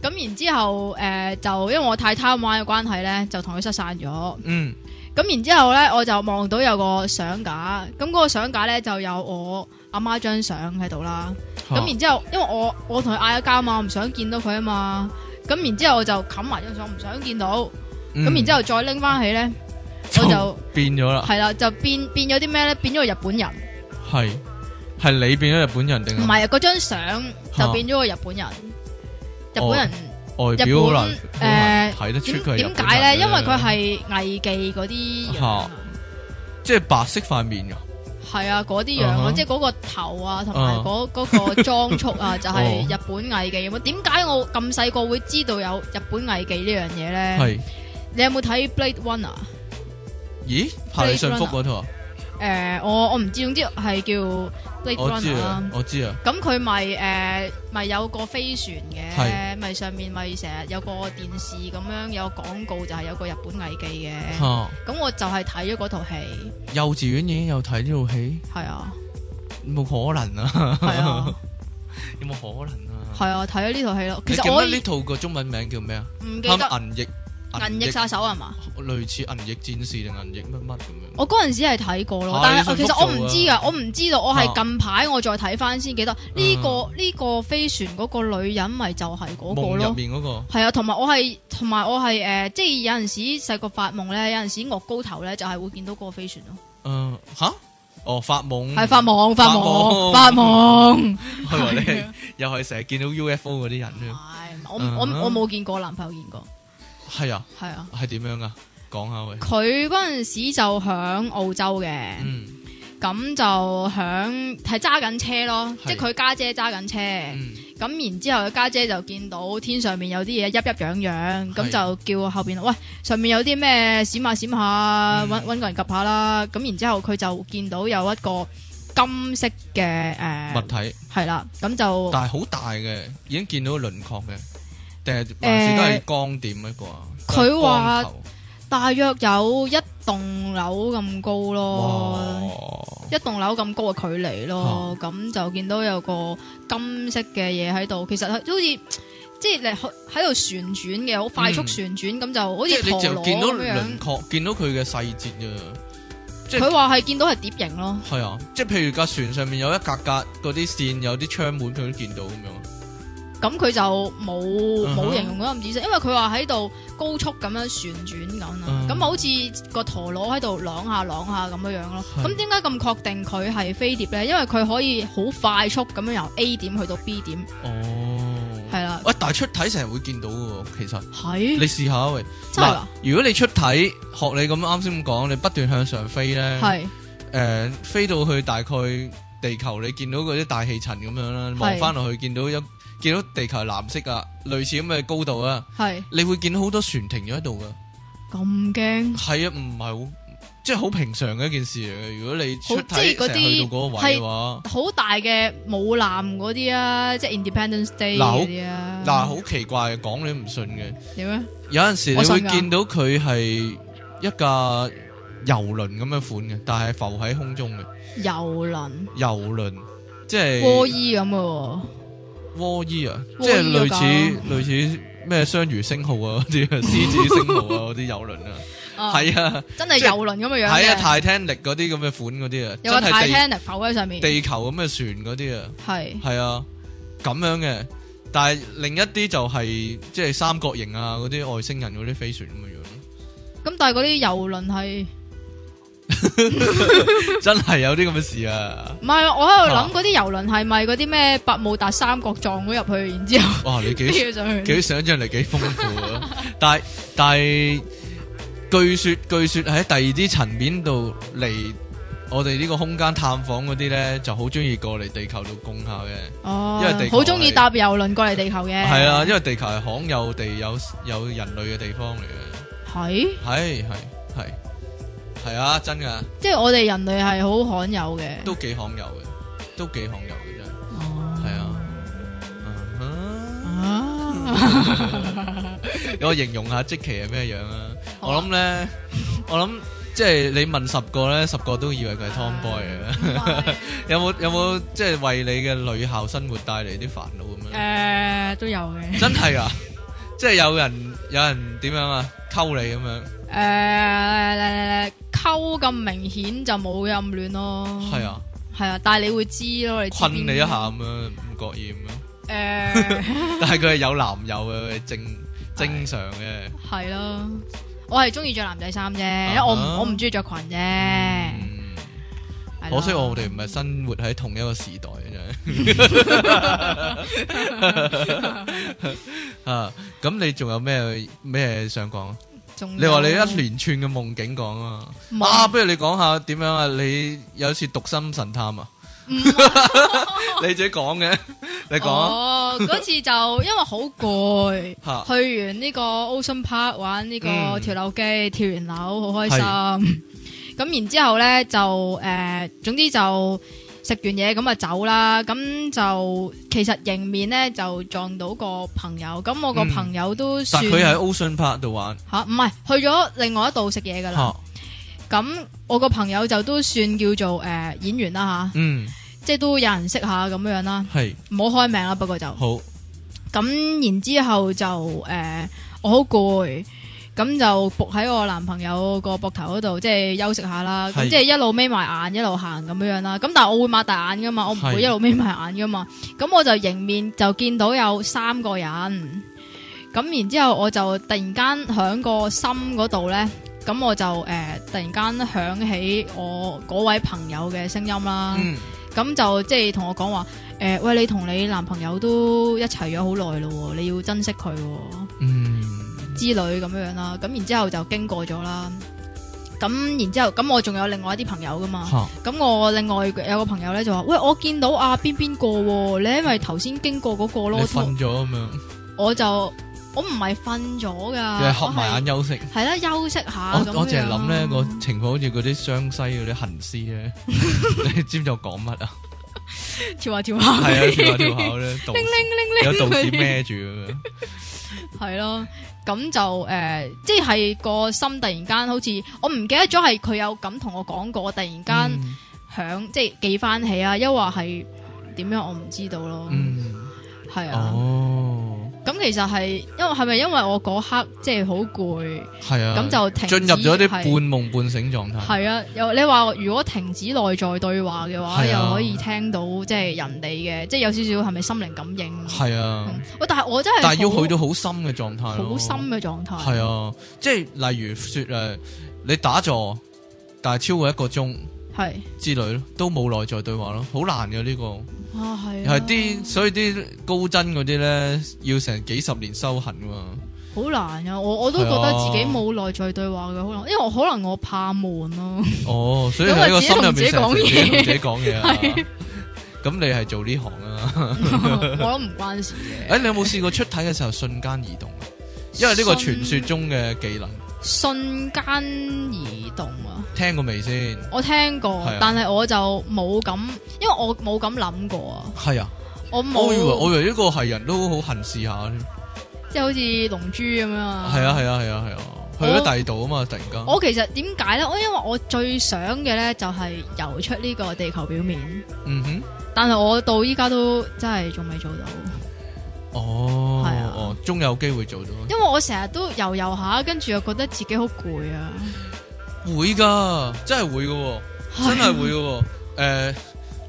咁然之後誒、呃就因為我太貪玩嘅關係咧，就同佢失散咗。嗯咁然之後咧，我就望到有個相架，咁嗰個相架咧就有我阿媽張相喺度啦。嚇咁然之後，因為我我同佢嗌咗交嘛，我唔想見到佢啊嘛。咁然之後我就冚埋張相，唔想見到。咁、嗯然之後再拎翻起咧，我就 變咗啦，係啦，就變變咗啲咩咧？變咗個日本人，係係你變咗日本人定唔係係啊，嗰張相就變咗個日本哦人。日本人外表好難日好本難誒睇得哦出佢點係日點本解人咧？因為嘅佢係藝妓嗰啲樣啊，即係白色塊面㗎，係啊，嗰啲樣啊哈啊，即係嗰個頭啊，同埋啊嗰嗰個裝束 啊，就係哦日本藝妓咁啊。點解我咁細個會知道有日本藝妓呢樣嘢咧？係你有冇睇 Blade One 啊？咦，帕里信福嗰套啊，诶、我我唔知，總之係叫 Blade 我知 Runner 啦啊，。我知啊，咁佢咪誒咪有個飛船係嘅，咪上面咪成日有個電視咁樣有廣告，就係有個日本藝妓嘅。吓，咁我就係睇咗嗰套戲，幼稚園已經有睇呢套戲，係 啊，冇可能啊，係啊， 有冇可能啊？係啊，睇咗呢套戲咯。你其記唔記實我得呢唔套個中文名叫咩啊？記啱得啱銀翼銀翼殺手係嘛？類似銀翼戰士定銀翼乜乜咁樣。我嗰陣時係睇過咯啊，但你信係其福實我唔做啊知噶，我唔知道，我係啊近排我再睇翻先記得呢個呢個飛船嗰個女人咪就係嗰個嗯夢入咯。面嗰個係啊，同埋我係，同埋我係誒、呃即係有陣時細個發夢咧，有陣時岳高頭咧就係會見到嗰個飛船咯，嗯吓？哦，發夢係發夢發夢發發夢夢， 係喎啊你又係成日見到 UFO 嗰啲人係啫。我嗯我我冇見過，男朋友見過，係啊，係啊，係點樣噶？講下喂。佢嗰陣時就響澳洲嘅，嗯咁、就響係揸緊車咯，係即係佢家姐揸緊車，嗯咁、然之後佢家姐就見到天上面有啲嘢鬱鬱攘攘，咁係就叫後邊喂上面有啲咩閃下閃下，揾揾個人及下啦。咁然之後佢就見到有一個金色嘅誒，物哦體，係啦，咁就但係好大嘅，已經見到輪廓嘅，定係誒還是都係光點一個啊？佢話都係光球大約有一棟樓咁高咯。哇一棟樓咁高嘅距離咯，咁、就見到有個金色嘅嘢喺度，其實係好似即係你喺喺度旋轉嘅，好快速嗯旋轉，咁、就好即似係你陀就螺見到咁樣。輪廓，見到佢嘅細節啫。即係佢話係見到係碟形咯，係啊，即係譬如架船上面有一格格嗰啲線，有啲窗門佢都見到咁樣。咁佢就冇嗯哼冇形容得咁仔細，因為佢話喺度高速咁樣旋轉緊啊嗯，咁好似個陀螺喺度啷下啷下咁樣樣咯。係咁點解咁確定佢係飛碟咧？因為佢可以好快速咁樣由 A 點去到 B 點，哦，係啊啦，喂，但係出體成日會見到嘅喎，其實你係試下啊喂。真係㗎，如果你出體學你咁啱先咁講，你不斷向上飛咧，誒、係飛到去大概地球，你見到嗰啲大氣層咁樣啦，望翻落去見到一見到地球係藍色啊，類似咁嘅高度啊，係你會見到好多船停咗喺度噶。咁驚，係啊，唔係好，即係好平常嘅一件事嚟嘅。如果你出好體即係成嗰日啲去到嗰個位嘅話，好大嘅舞艦嗰啲啊，即係 Independence Day 嗱好嗰啲啊，嗱好奇怪，講你唔信嘅。點啊咧？有陣時你我信會㗎見到佢係一架遊輪咁嘅款嘅，但係浮喺空中嘅遊輪、遊輪，即係波衣咁嘅喎。窩衣啊，窩衣即係類似嗰類似咩雙魚星號啊嗰啲 啊，獅子星號啊嗰啲遊輪啊，啊係啊真係遊輪咁嘅樣係啊嘅， ，Titanic 嗰啲咁嘅款嗰啲啊，有個真係 Titanic 浮喺上面地，地球咁嘅船嗰啲啊。係系啊，咁樣嘅。但係另一啲就係即係三角形啊，嗰啲外星人嗰啲飛船咁嘅樣咯，咁，但係嗰啲遊輪係真係有啲咁嘅事啊！唔係？我喺度諗嗰啲遊輪係咪嗰啲咩百慕達三角撞咗入去，然之後哇，你幾 飛咗上去？幾想像力幾豐富啊！但係但係，據說據說喺第二啲層面度嚟我哋呢個空間探訪嗰啲咧，就好中意過嚟地球度供下嘅。因為哦，地球好中意搭遊輪過嚟地球嘅，係啊，因為地球係罕有地有有人類嘅地方嚟嘅，係係係係係啊，真㗎。即係我哋人類係好罕有嘅，都幾罕有嘅，都幾罕有嘅真係係。係啊嗯啊，哼我形容下即期係咩樣啊？好我啊諗咧，我諗即係你問十個咧，十個都以為佢係 Tomboy 嘅。 有冇有冇即係為你嘅女校生活帶嚟啲煩惱咁樣？誒都有嘅，真係啊！即係有人有人點樣啊？溝你咁樣，誒溝咁明顯就冇嘅暗戀咯，係啊，係啊，但係你會知哦咯，你知困邊你一下咁樣，唔覺意咁樣。誒。但係佢係有男友嘅，佢正正常嘅。系咯，我係中意着男仔衫啫，因為我唔我唔中意着裙啫。啊嗯係咯可惜我哋唔係生活喺同一個時代嘅啫。 啊，咁你仲有咩咩想講啊？仲你話你一連串嘅夢境講啊夢嘛？啊，不如你講下點樣嗯 啊？你有次讀心神探啊？你自己講嘅，你講哦，嗰次就因 為好 攰，吓，嚇去完呢個 Ocean Park 玩呢個嗯跳樓機，跳完樓好開心。 咁然之後咧就诶、呃，總之就食完嘢咁啊走啦。咁就其實迎面咧就撞到個朋友，咁我個嗯朋友都但算佢喺 Ocean Park 度玩吓，唔係去咗另外一度食嘢噶啦。吓，咁我個朋友就都算叫做诶、呃演員啦吓，嗯，即系都有人識下咁樣啦，係唔好開名啦。不過就好咁，然之後就诶、呃我好攰，咁就伏喺我男朋友個膊頭嗰度，即係休息下啦。咁係即係一路眯埋眼，一路行咁樣樣啦。咁但系我會擘大眼噶嘛，我唔係會一路眯埋眼噶嘛。咁我就迎面就見到有三個人，咁然之後我就突然間響個心嗰度咧。咁我就誒、呃突然間響起我嗰位朋友嘅聲音啦，嗯咁、就即係同我講話誒，喂你同你男朋友都一齊咗好耐咯喎，你要珍惜佢喎嗯之類咁樣啦。咁然之後就經過咗啦，咁然之後咁我仲有另外一啲朋友噶嘛，吓，咁我另外有個朋友咧就話，喂我見到啊邊邊個喎，你因為頭先經過嗰個你咯，瞓咗咁樣，我就我唔係瞓咗你㗎，係合埋眼休息。啊我係，係啦休息下啊咁我我淨係樣諗咧啦個情況好似嗰啲湘西嗰啲行屍咧，你知唔知我講乜啊？ 跳下跳下，係啊，跳下跳下咧， 道鈴鈴鈴有道嗰啲士孭住咁樣，系咯，咁就诶、呃即係個心突然間好似我唔記得咗係佢有咁同我講過，突然間嗯響、即係記翻起啊，又話係點樣我唔知道咯，嗯係啊，哦，咁、其實係因為係咪因為我嗰刻即係好攰，係啊，咁就停止進入咗啲半係夢半醒狀態。係啊，又你話如果停止內在對話嘅話，係啊又可以聽到即係人哋嘅，即係有少少係咪心靈感應？係啊，嗯喂，但係我真係但係要好去到好深嘅狀態咯好深嘅狀態，係啊，即係例如说诶，你打坐，但係超過一個鐘係，之類咯，都冇內在對話咯，好難嘅呢個。啊係啊系啲，所以啲高真嗰啲咧，要成幾十年修行嘛。好難啊！我我都覺得自己冇內在對話嘅，可能因為我可能我怕悶咯， 哦，所以喺個心入面成日自己同自己講嘢啊係。咁你係做呢行啊？我諗唔關事嘅。诶，你有冇試過出體嘅時候瞬間移動啊？因為呢個傳說中嘅技能，瞬瞬間移動啊！聽過未先？我聽過，係啊但係我就冇咁，因為我冇咁諗過啊！係啊，我冇，我以為我以為呢個係人都好行試下添。即係好似龍珠咁樣啊！係啊係啊係啊係啊，去我咗第二度啊嘛，突然間。我其實點解咧？我因為我最想嘅咧就係游出呢個地球表面，嗯哼，但係我到依家都真係仲未做到，哦，係啊哦，終有機會做到。因為我成日都游游下，跟住又覺得自己好攰啊！會㗎，真係會㗎喎。真係會嘅喎。誒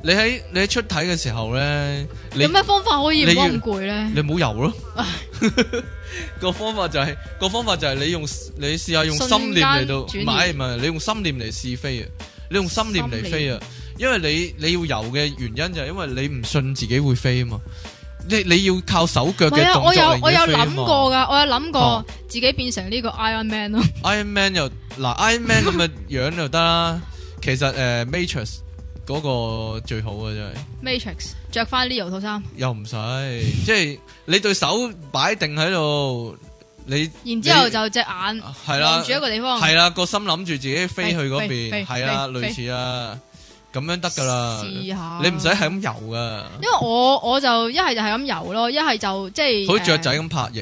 你喺你喺出體嘅時候咧，你有咩方法可以唔好你咁要攰咧？你冇游咯。 個方法就係、個方法就係你用你試下用心念嚟到，唔瞬間轉移係唔係你用心念嚟試飛啊！你用心念嚟飛啊！因為你你要游嘅原因就係因為你唔信自己會飛啊嘛。你你要靠手腳唔係嘅啊，動作我有嚟我有到飛啊諗過嘛。噶，我有諗過哦自己變成呢個 Iron Man 咯。 Iron Man 又嗱 Iron Man 咁嘅樣就得啦。其實誒、呃 Matrix 嗰個最好啊，真係。 Matrix 着翻 Leo 套衫，又唔使，即系你對手擺定喺度，你然之後你就隻眼係啦望住，一個地方，係啦個心諗住自己飛去嗰飛飛邊，係啦，飛類似啊，咁樣得噶啦，試下。啊你唔使，係咁游噶，因為我我就一係就係咁游咯，一係就即係好似雀呃仔咁拍翼，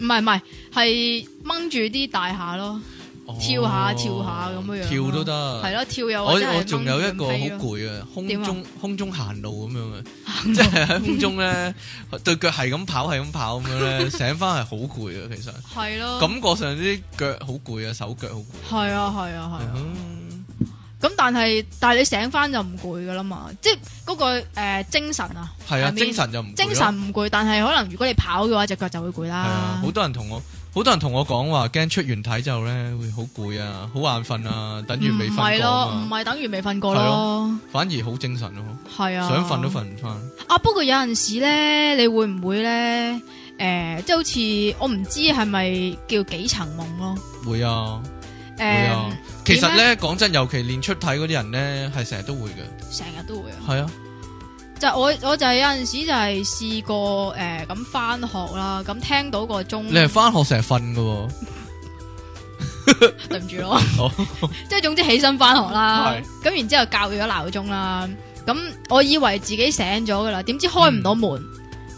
唔係唔係，係掹住啲大廈咯，哦跳下跳下咁樣樣跳都得，係咯，跳又啊我或者係我仲有一個個好攰啊，空點中空中行路咁樣 嘅，即係喺空中咧對腳係咁跑係咁跑咁樣咧，醒翻係好攰啊，其實係咯，感覺上啲腳好攰啊，手腳好攰。係啊係啊係啊。嗯咁但係但係你醒翻就唔攰噶啦嘛，即係嗰個呃精神啊。系啊， I mean，精神就唔攰咯精神啊唔攰，但係可能如果你跑嘅話，隻腳就會攰係啦啊，。好多人同我，好多人同我講話，驚出完體之後咧會好攰啊，好眼瞓啊，等嗯唔完未係瞓過咯，唔啊嘛，係等於未瞓過係咯，反而好精神咯，係啊，想瞓都瞓唔翻。啊。不過有陣時咧，你會唔會咧？诶、即係好似我唔知係咪叫幾層夢咯？會啊，會诶、啊。其實咧，講真，尤其練出體嗰啲人咧，係成日都會嘅。成日都會啊，係啊，就我我就係有陣時就係試過誒咁翻學啦，咁聽到個鐘，你係翻學成日瞓噶，對唔住咯哦， 即係總之起身翻學啦係，咁然之後校咗鬧鐘啦，咁我以為自己醒咗噶啦，點知開唔嗯到門，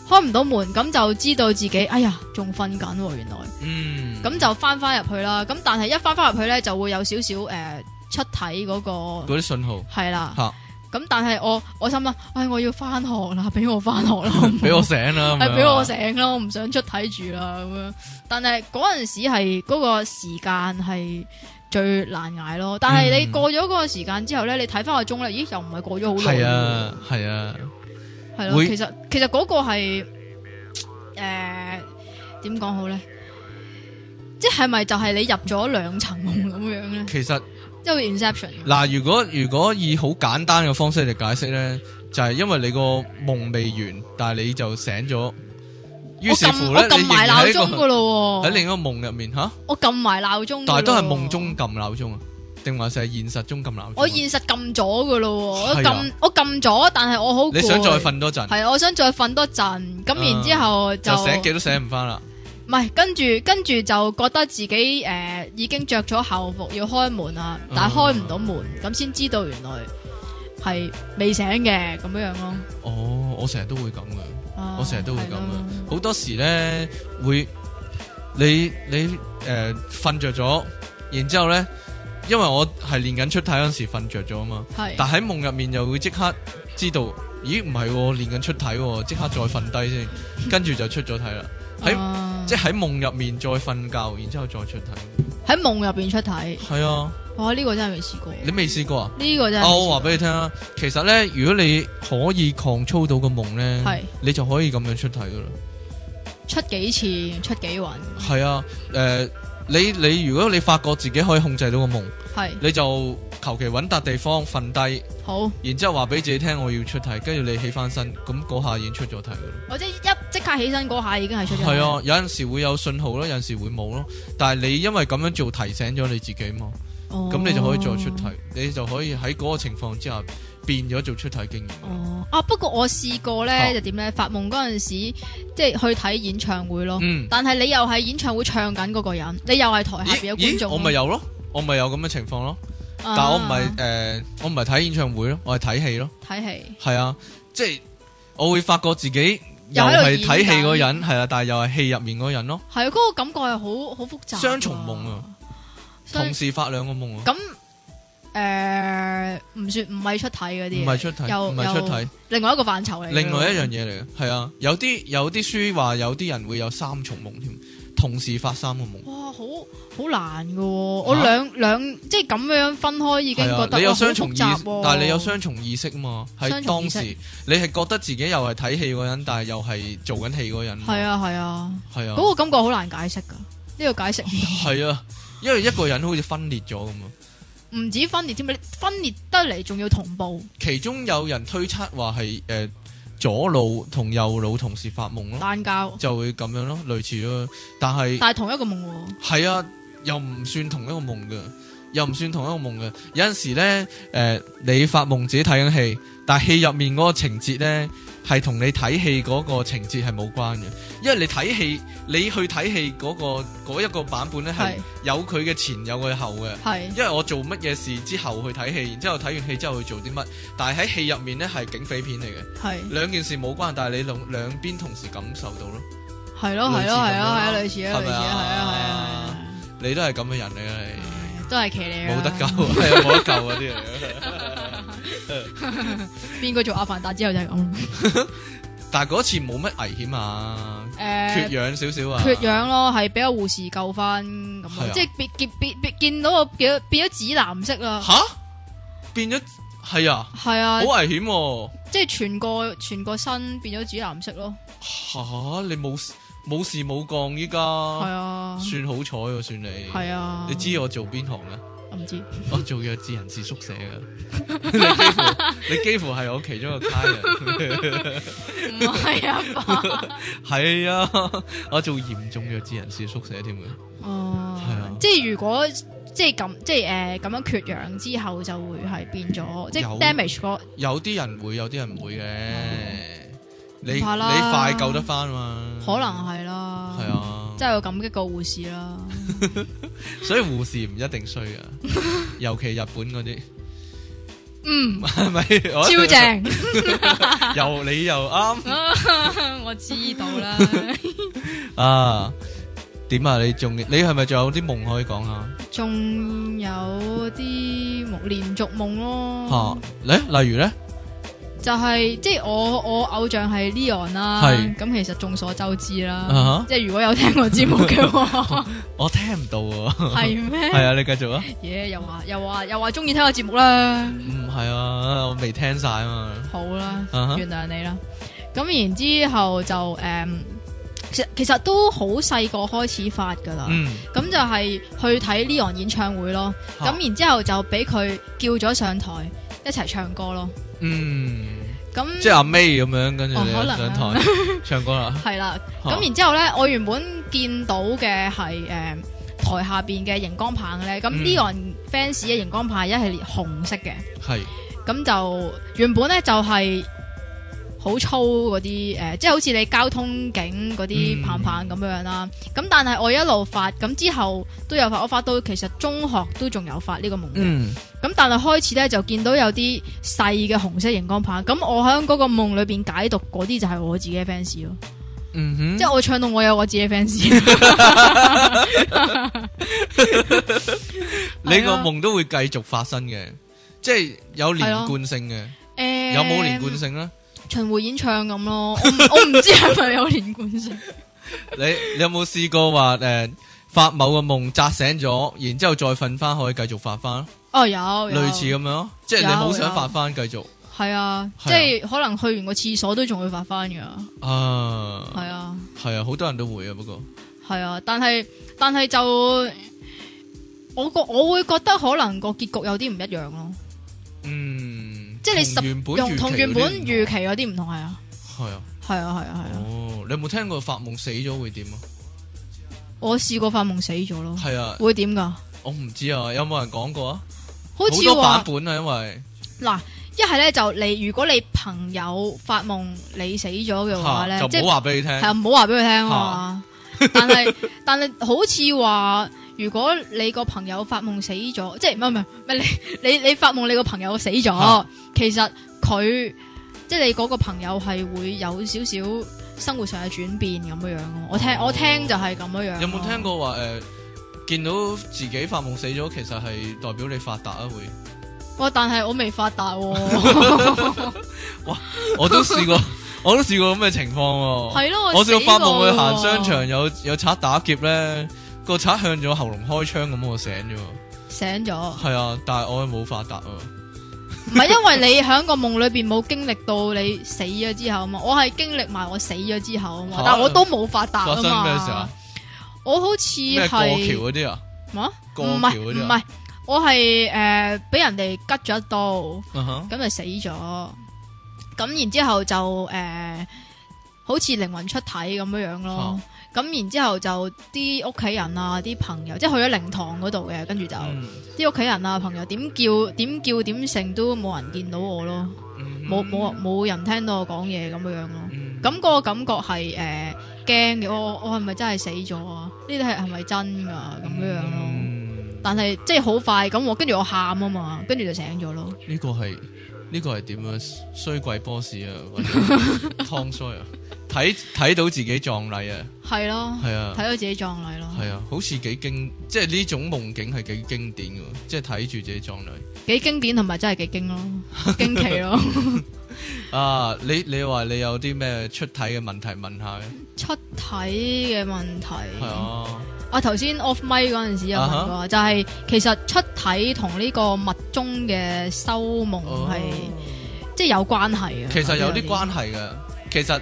開唔到門，咁就知道自己哎呀仲瞓緊喎，原來嗯，咁就翻翻入去啦，咁但係一翻翻入去咧就會有少少誒出體嗰個嗰啲信 號係啦，吓，咁但係我我心諗，唉我要翻學啦，俾我翻學 啦，唔好俾我醒啦，咁系樣俾我，醒啦，我唔想出睇住啦咁樣。但係嗰陣時係嗰個時間係最難捱咯。但係你嗯啊過咗嗰個時間之後咧，你睇翻個鐘咧，咦又唔係過咗好耐喎。係啊係啊，係咯。會其實其實嗰個係诶点讲好咧？即係咪就係你入咗兩層夢咁樣咧？其實。即係 inception 嗱，如果如果以好簡單嘅方式嚟解釋咧，就係因為你個夢未完，但係你就醒咗，於我是撳乎我咧，你撳埋仍然鬧喺一個鐘噶咯喎，嗯喺另一個夢入面吓，我撳埋鬧鐘㗎咯喎，但係都係夢中撳鬧鐘啊，定還是係現實中撳鬧鐘啊？我現實撳咗噶咯喎，我係啊撳我撳咗，但係我好你想再攰瞓多陣，系，我想再瞓多陣，咁然之后就就醒幾都醒唔翻啦。唔係，跟住跟住就覺得自己诶、呃已經着咗校服要開門啦，啊但係開唔到門，咁先知道原來係未醒嘅咁樣樣咯。哦，我成日都會咁嘅，啊我成日都會咁係咯嘅，好多時咧會你你诶瞓着咗，然之后咧，因為我係練緊出體嗰陣時瞓着咗啊嘛。係但喺夢入面又會即刻知道，咦唔係喎，練緊出體喎，即刻再瞓低 先，跟住就出咗體啦。喺啊即係喺夢入面再瞓覺，然之後再出體。喺夢入边出體，係啊，哇！呢、個真係未試過，你未試過啊？呢、個真啊，我係話俾你聽啊，其實咧，如果你可以 control 到個夢係咧，你就可以咁樣出體噶啦。出幾次出幾暈，係啊，诶、你你如果你發覺自己可以控制到個夢，係你就求其揾笪地方瞓低，好，然之后话俾自己聽我要出體，跟住你起翻身，咁嗰下已經出咗體噶啦。我哦即係一即刻起身嗰下已經係出咗。系啊，，有阵时会有信號咯，有阵时會冇咯。但係你因為咁樣做提醒咗你自己嘛，哦咁、你就可以再出題，你就可以喺嗰個情況之下變咗做出題經驗。哦，啊，不過我試過咧啊就點咧，發夢嗰陣時，即係去睇演唱會咯。嗯，但係你又係演唱會唱緊嗰個人，你又係台下咦邊有觀咦，眾。我咪有咯，我咪有咁嘅情況咯。啊，但但我唔係诶，我唔係睇演唱會咯，我係睇戲咯。睇戲，係啊，即係我會發覺自己又又喺度係睇戲演緊嗰人，係啊，但係又係戲入面嗰人咯，係啊嗰個感覺係好好複雜。雙重夢啊，雙同時發兩個夢啊，咁誒唔算唔係出體嗰唔啲，係出體，又唔係出體又。另外一個範疇嚟。另外一樣，嘢嚟嘅，係啊，有啲有啲書話有啲人會有三重夢添，同時發三個夢。哇，好好難嘅喎！我嚇兩兩即係咁樣分開已經係覺啊，得你有哇好雙重複意，雜喎。但係你有雙重意識啊嘛。喺雙重意當識時你係覺得自己又係睇戲嗰人，但係又係做緊戲嗰人。係，啊係啊，係啊，嗰個感覺好難解釋㗎，呢個解釋唔到。係啊，因為一個人好似分裂咗咁啊。唔止分裂添，你分裂得嚟仲要同步，其中有人推測話係誒左腦同右腦同時發夢咯，單交，就會咁樣咯，類似咯。但係但係同一個夢喎。系啊，又唔算同一個夢嘅，又唔算同一個夢嘅。有阵时咧，诶、呃你發夢自己睇緊戲，但系戏入面嗰個情節咧，係同你睇戲嗰個情節係冇關嘅，因為你睇戲，你去睇戲嗰個嗰一個版本咧係係有佢嘅前有佢後嘅。係因為我做乜嘢事之後去睇戲，然之后睇完戲之後去做啲乜，但係喺戲入面咧係警匪片嚟嘅，係兩件事冇關，但係你兩兩邊同時感受到咯。係咯係咯係咯係啊類似啊係類似啊係咪啊啊係啊你都係咁嘅人嚟嘅，你係。啊，都係騎呢冇得救， 係啊，冇得救嗰啲嚟嘅。邊個做阿凡達之後就係 咁。但係嗰次冇乜危險啊，誒缺氧少少啊，缺氧咯，係俾個護士救翻咁係啊啊，即係變見變變見到我變變咗紫藍色啦。吓變咗係啊，係好啊，危險喎即係全個全個身變咗紫藍色咯。吓你冇事冇事冇降依家，係啊，哦算好彩喎，算你係啊。你知我做邊行 啊？我唔知？我做弱智人士宿舍啊！ 你幾乎你幾乎係我其中一個 client，唔係啊，係啊，我做嚴重弱智人士宿舍添嘅，哦係啊，即係如果即係咁，即係诶咁樣缺氧之後就會係變咗，即有係 damage 個有啲人會，有啲人唔會嘅。你你嗯唔怕啦快救得翻嘛？可能係啦。嗯係啊，真係有感激個護士 啦。所以護士唔一定衰噶， 尤其日本嗰啲嗯，係咪？超超正，又你又啱 我知道 啦。啊？點啊？你仲你係咪仲有啲夢可以講啊下？仲有啲夢連續夢吓咯，咧，例如咧，就係即係我我偶像係 Leon 啦係，咁其實眾所周知啊啦哈，即係如果有聽我節目嘅 話，我聽唔到喎。係咩？係啊，你繼續啊。嘢又話又話又話中意聽我節目啦，唔係啊，我未聽晒啊嘛。好啦啊哈嗯原諒你啦。咁然之後就誒、嗯其實其實都好細個開始發噶啦。嗯，咁就係去睇 Leon 演唱會咯，嚇咁、然之後就俾佢叫咗上台一齊唱歌咯，嗯，咁即係阿 May 咁樣，跟住哦你可能上啊台唱歌啦。係啦，嚇 咁然之後咧，我原本見到嘅係誒台下邊嘅熒光棒咧，咁嗯 Leon fans 嘅熒光棒係一系列紅色嘅，係咁就原本咧就係、好粗嗰啲誒，呃即係好似你交通警嗰嗯啲棒棒咁樣啦。咁、但係我一路發，咁之後都有發，我發到其實中學都仲有發呢個夢嘅。嗯。咁但係開始咧就見到有啲細嘅紅色熒光棒，咁我喺嗰個夢裏邊解讀嗰啲就係我自己嘅 fans 咯，嗯哼，即係我唱到我有我自己嘅 fans，你係個啊夢都會繼續發生嘅，即係有連貫性嘅，誒有冇連貫性咧？啊巡迴演唱咁咯，我唔 我唔知係咪有連貫性，你你有冇試過話诶发某個夢扎醒咗，然之后再瞓翻可以繼續發翻， 哦有有類似咁樣咯，即係你有好想發翻繼續係啊，係啊哦即係可能去完個廁所都仲會發翻㗎，啊，係啊係啊，好多人都會啊，不過係啊，但係但係就我覺我會覺得可能個結局有啲唔一樣咯，嗯，即係你十同原本用同原本預預期嗰啲唔同係啊，系啊，係啊係啊係啊。哦，你有冇聽過發夢死咗會點啊？我試過發夢死咗咯，係啊，會點㗎？我唔知啊，有冇人講過啊？好好似多版話本啊，因為嗱，一係咧就你如果你朋友發夢你死咗嘅話嚇咧，即就係唔好話俾你係啊聽，唔好話俾佢聽啊。但係 但係好似話，如果你個朋友發夢死咗，即係唔係唔係唔係你你你發夢你個朋友死咗嚇，其實佢即係你嗰個朋友係會有少少生活上嘅轉變咁樣樣咯。我聽哦我聽就係咁樣樣咯。有冇聽過話誒？見到自己發夢死咗，其實係代表你發達啊！會， 哇！但係我未發達喎，我都試 過，我都試過咁嘅情況喎。係咯，我試過發死過夢去行喎商場，有有賊打劫咧，個賊向咗喉嚨開槍咁，我醒咗喎。醒咗，係啊，但係我係冇發達啊。唔係因為你喺個夢裏边冇經歷到你死咗之後啊嘛，我係經歷埋我死咗之後啊嘛嚇，但我都冇發達發啊生咩事嘛啊。？我好似咩過橋係嗰啲啊？啊，過唔橋係嗰唔啲啊？係，我係诶俾人哋吉咗一刀，嗯哼咁就死咗，咁然之后就诶、呃好似靈魂出體咁樣樣咯。咁然之後就啲屋企人啊、啲朋友，即係去咗靈堂嗰度嘅，跟住就嗯啲屋企人啊、朋友點叫點叫點成都冇人見到我咯，嗯冇冇冇人聽到我講嘢咁樣樣咯。嗯咁個感覺係誒驚嘅，我我係咪真係死咗啊？呢啲係係咪真㗎咁樣樣咯？嗯但係即係好快咁，我跟住我喊啊嘛，跟住就醒咗咯。呢個係呢個係點啊？衰鬼 boss 啊，或者湯衰啊，睇睇到自己壯麗啊，係咯，係啊睇，到自己壯麗咯，係啊，好似幾經，即係呢種夢境係幾經典嘅喎，即係睇住自己壯麗幾經典同埋真係幾 驚咯，驚奇咯。啊！你你話你有啲咩出體嘅問題問下嘅？出體嘅問題係。啊，我頭先 off mic 嗰陣時有問過就係其實出體同呢個密宗嘅修夢哦係、即係有關係嘅。啊其實有啲關係嘅。其實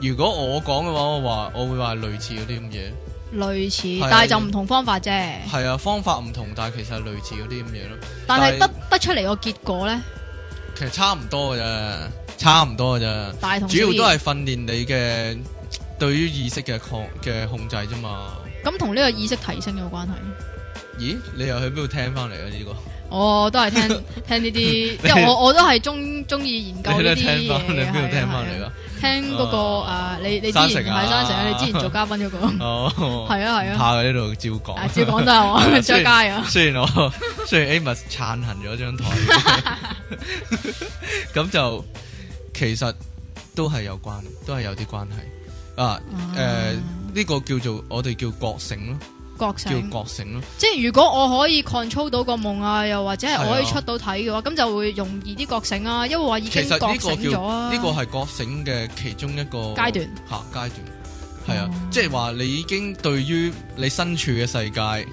如果我講嘅話，我話我會話類似嗰啲咁嘢。類似係，但係就唔同方法啫。係啊，方法唔同，但係其實係類似嗰啲咁嘢咯。但係但得係得出嚟個結果咧，其實差唔多嘅啫，差唔多嘅啫。大同主要小異都係訓練你嘅對於意識嘅控嘅控制啫嘛。 咁同呢個意識提升有關係。咦，你又去邊度聽翻嚟嘅呢個？我都係 聽聽呢啲，你因為我我都係中中意研究呢啲你都嘢。聽翻，你邊度聽翻嚟係啊？噶？聽嗰個啊，你你之山前城啊係山城，你之前做嘉賓嗰個，哦，係啊係唔啊，怕嘅呢度照啊講。照講都係我出雖街然啊， 雖然我 雖然 Amos 撐行咗張台， 咁就其實都係有關，都係有啲關係啊。誒、呢、個叫做我哋叫覺醒咯，覺叫醒。覺醒咯，即係如果我可以 control 到個夢啊，又或者係我可以係啊出到體嘅話，咁就會容易啲覺醒啊，因為話已經其實呢個覺醒咗啊。呢個係覺醒嘅其中一個階段嚇階段，係哦啊，即係話你已經對於你身處嘅世界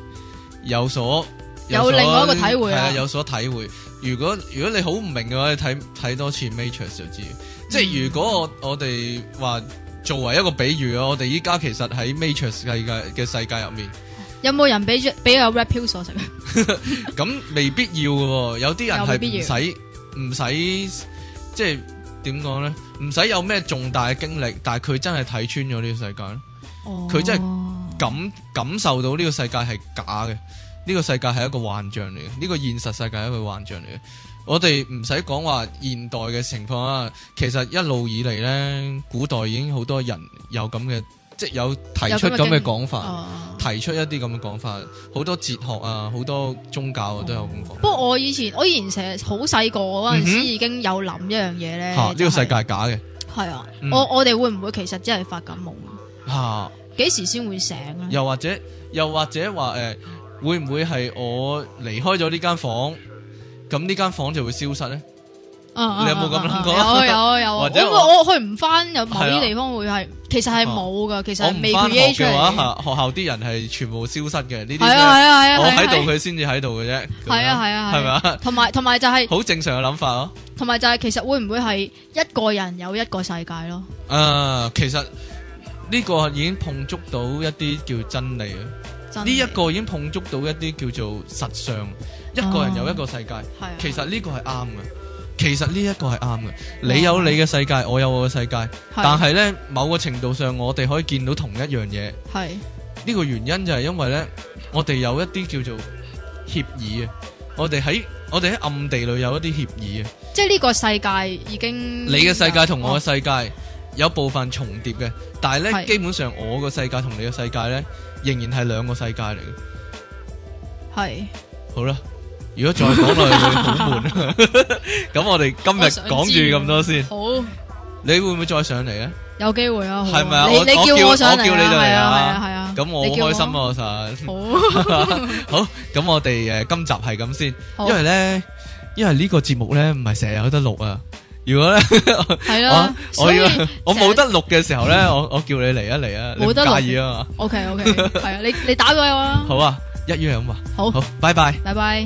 有所有所另外一個體會係啊啊，有所體會。如果如果你好唔明嘅話，你睇睇多次 Matrix 就知。嗯即係如果我我哋話作為一個比喻啊，我哋依家其實喺 Matrix 世界嘅世界 入面。有冇人俾咗俾個 red pill 我食？啊咁未必要嘅喎，有啲人又未必要係唔使唔使，即係點講咧？唔使有咩重大嘅經歷，但係佢真係睇穿咗呢個世界咯，佢真係感感受到呢個世界係假嘅，呢個世界係一個幻象嚟嘅，呢個現實世界係一個幻象嚟嘅。我哋唔使講話現代嘅情況啊，其實一路以嚟咧，古代已經好多人有咁嘅，即係有提出有咁嘅咁嘅經講法，哦提出一啲咁嘅講法，好多哲學啊，好多宗教啊都有咁講。不過我以前我以前成日好細個嗰陣嗯時哼已經有諗一樣嘢咧，吓呢就個係世界係假嘅係啊，嗯我我哋會唔會其實真係發緊夢？吓，幾時先會醒啊咧？又或者又或者話誒，會唔會係我離開咗呢間房，咁呢間房就會消失咧？你你有冇咁諗過啊有有啊 有啊，或者我我我去唔翻，有某係啲啊哦地方會係，其實係冇噶，其實我係唔未翻學 create 出嘅嚟嘅。話，嚇學校啲人係全部消失嘅，呢啲係啊係咧啊係啊，我係啊喺度佢先至喺度嘅啫，係啊係啊係咪啊？同埋同埋就係好正常嘅諗法咯。同埋就係，其實會唔會係一個人有一個世界咯？誒，其實呢個已經碰觸到一啲叫真理啊。真係呢一個已經碰觸到一啲叫做實相，一個人有一個世界。係啊其實呢個係啱嘅，其實呢一個係啱嘅。你有你嘅世界，我有我嘅世界，係但係呢，某個程度上，我哋可以見到同一樣嘢。係呢個原因就係因為呢，我哋有一啲叫做協議啊，我哋喺我哋喺暗地裏有一啲協議啊。即係呢個世界已經你嘅世界同我哦嘅世界有部分重疊嘅，但係呢，係基本上我個世界同你嘅世界呢，仍然係兩個世界嚟嘅。 係好啦，如果再講落去會好悶啊。咁我哋今日我想知講住咁多先。好你會唔會再上嚟咧？有機會啊！好啊係咪啊你我你我叫叫我上嚟我叫你就係嚟啊啊係啊係啊！咁我你叫好我開心啊！我實 好好，咁我哋誒今集係咁先，好因為咧，因為呢個節目咧唔係成日有得錄啊。如果咧係我啦，啊我啊所以要 我冇得錄嘅時候咧，我我叫你嚟啊嚟啊，你唔冇得錄介意啊嘛？ OK OK 係啊！你你打俾我啊！好啊，一樣咁話，好，好，拜拜。拜拜。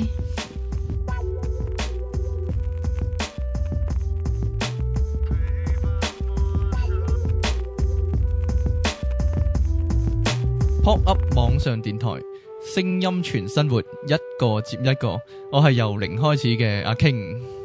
Pop Up 網上電台，聲音全生活，一個接一個。我係由零開始嘅阿 King。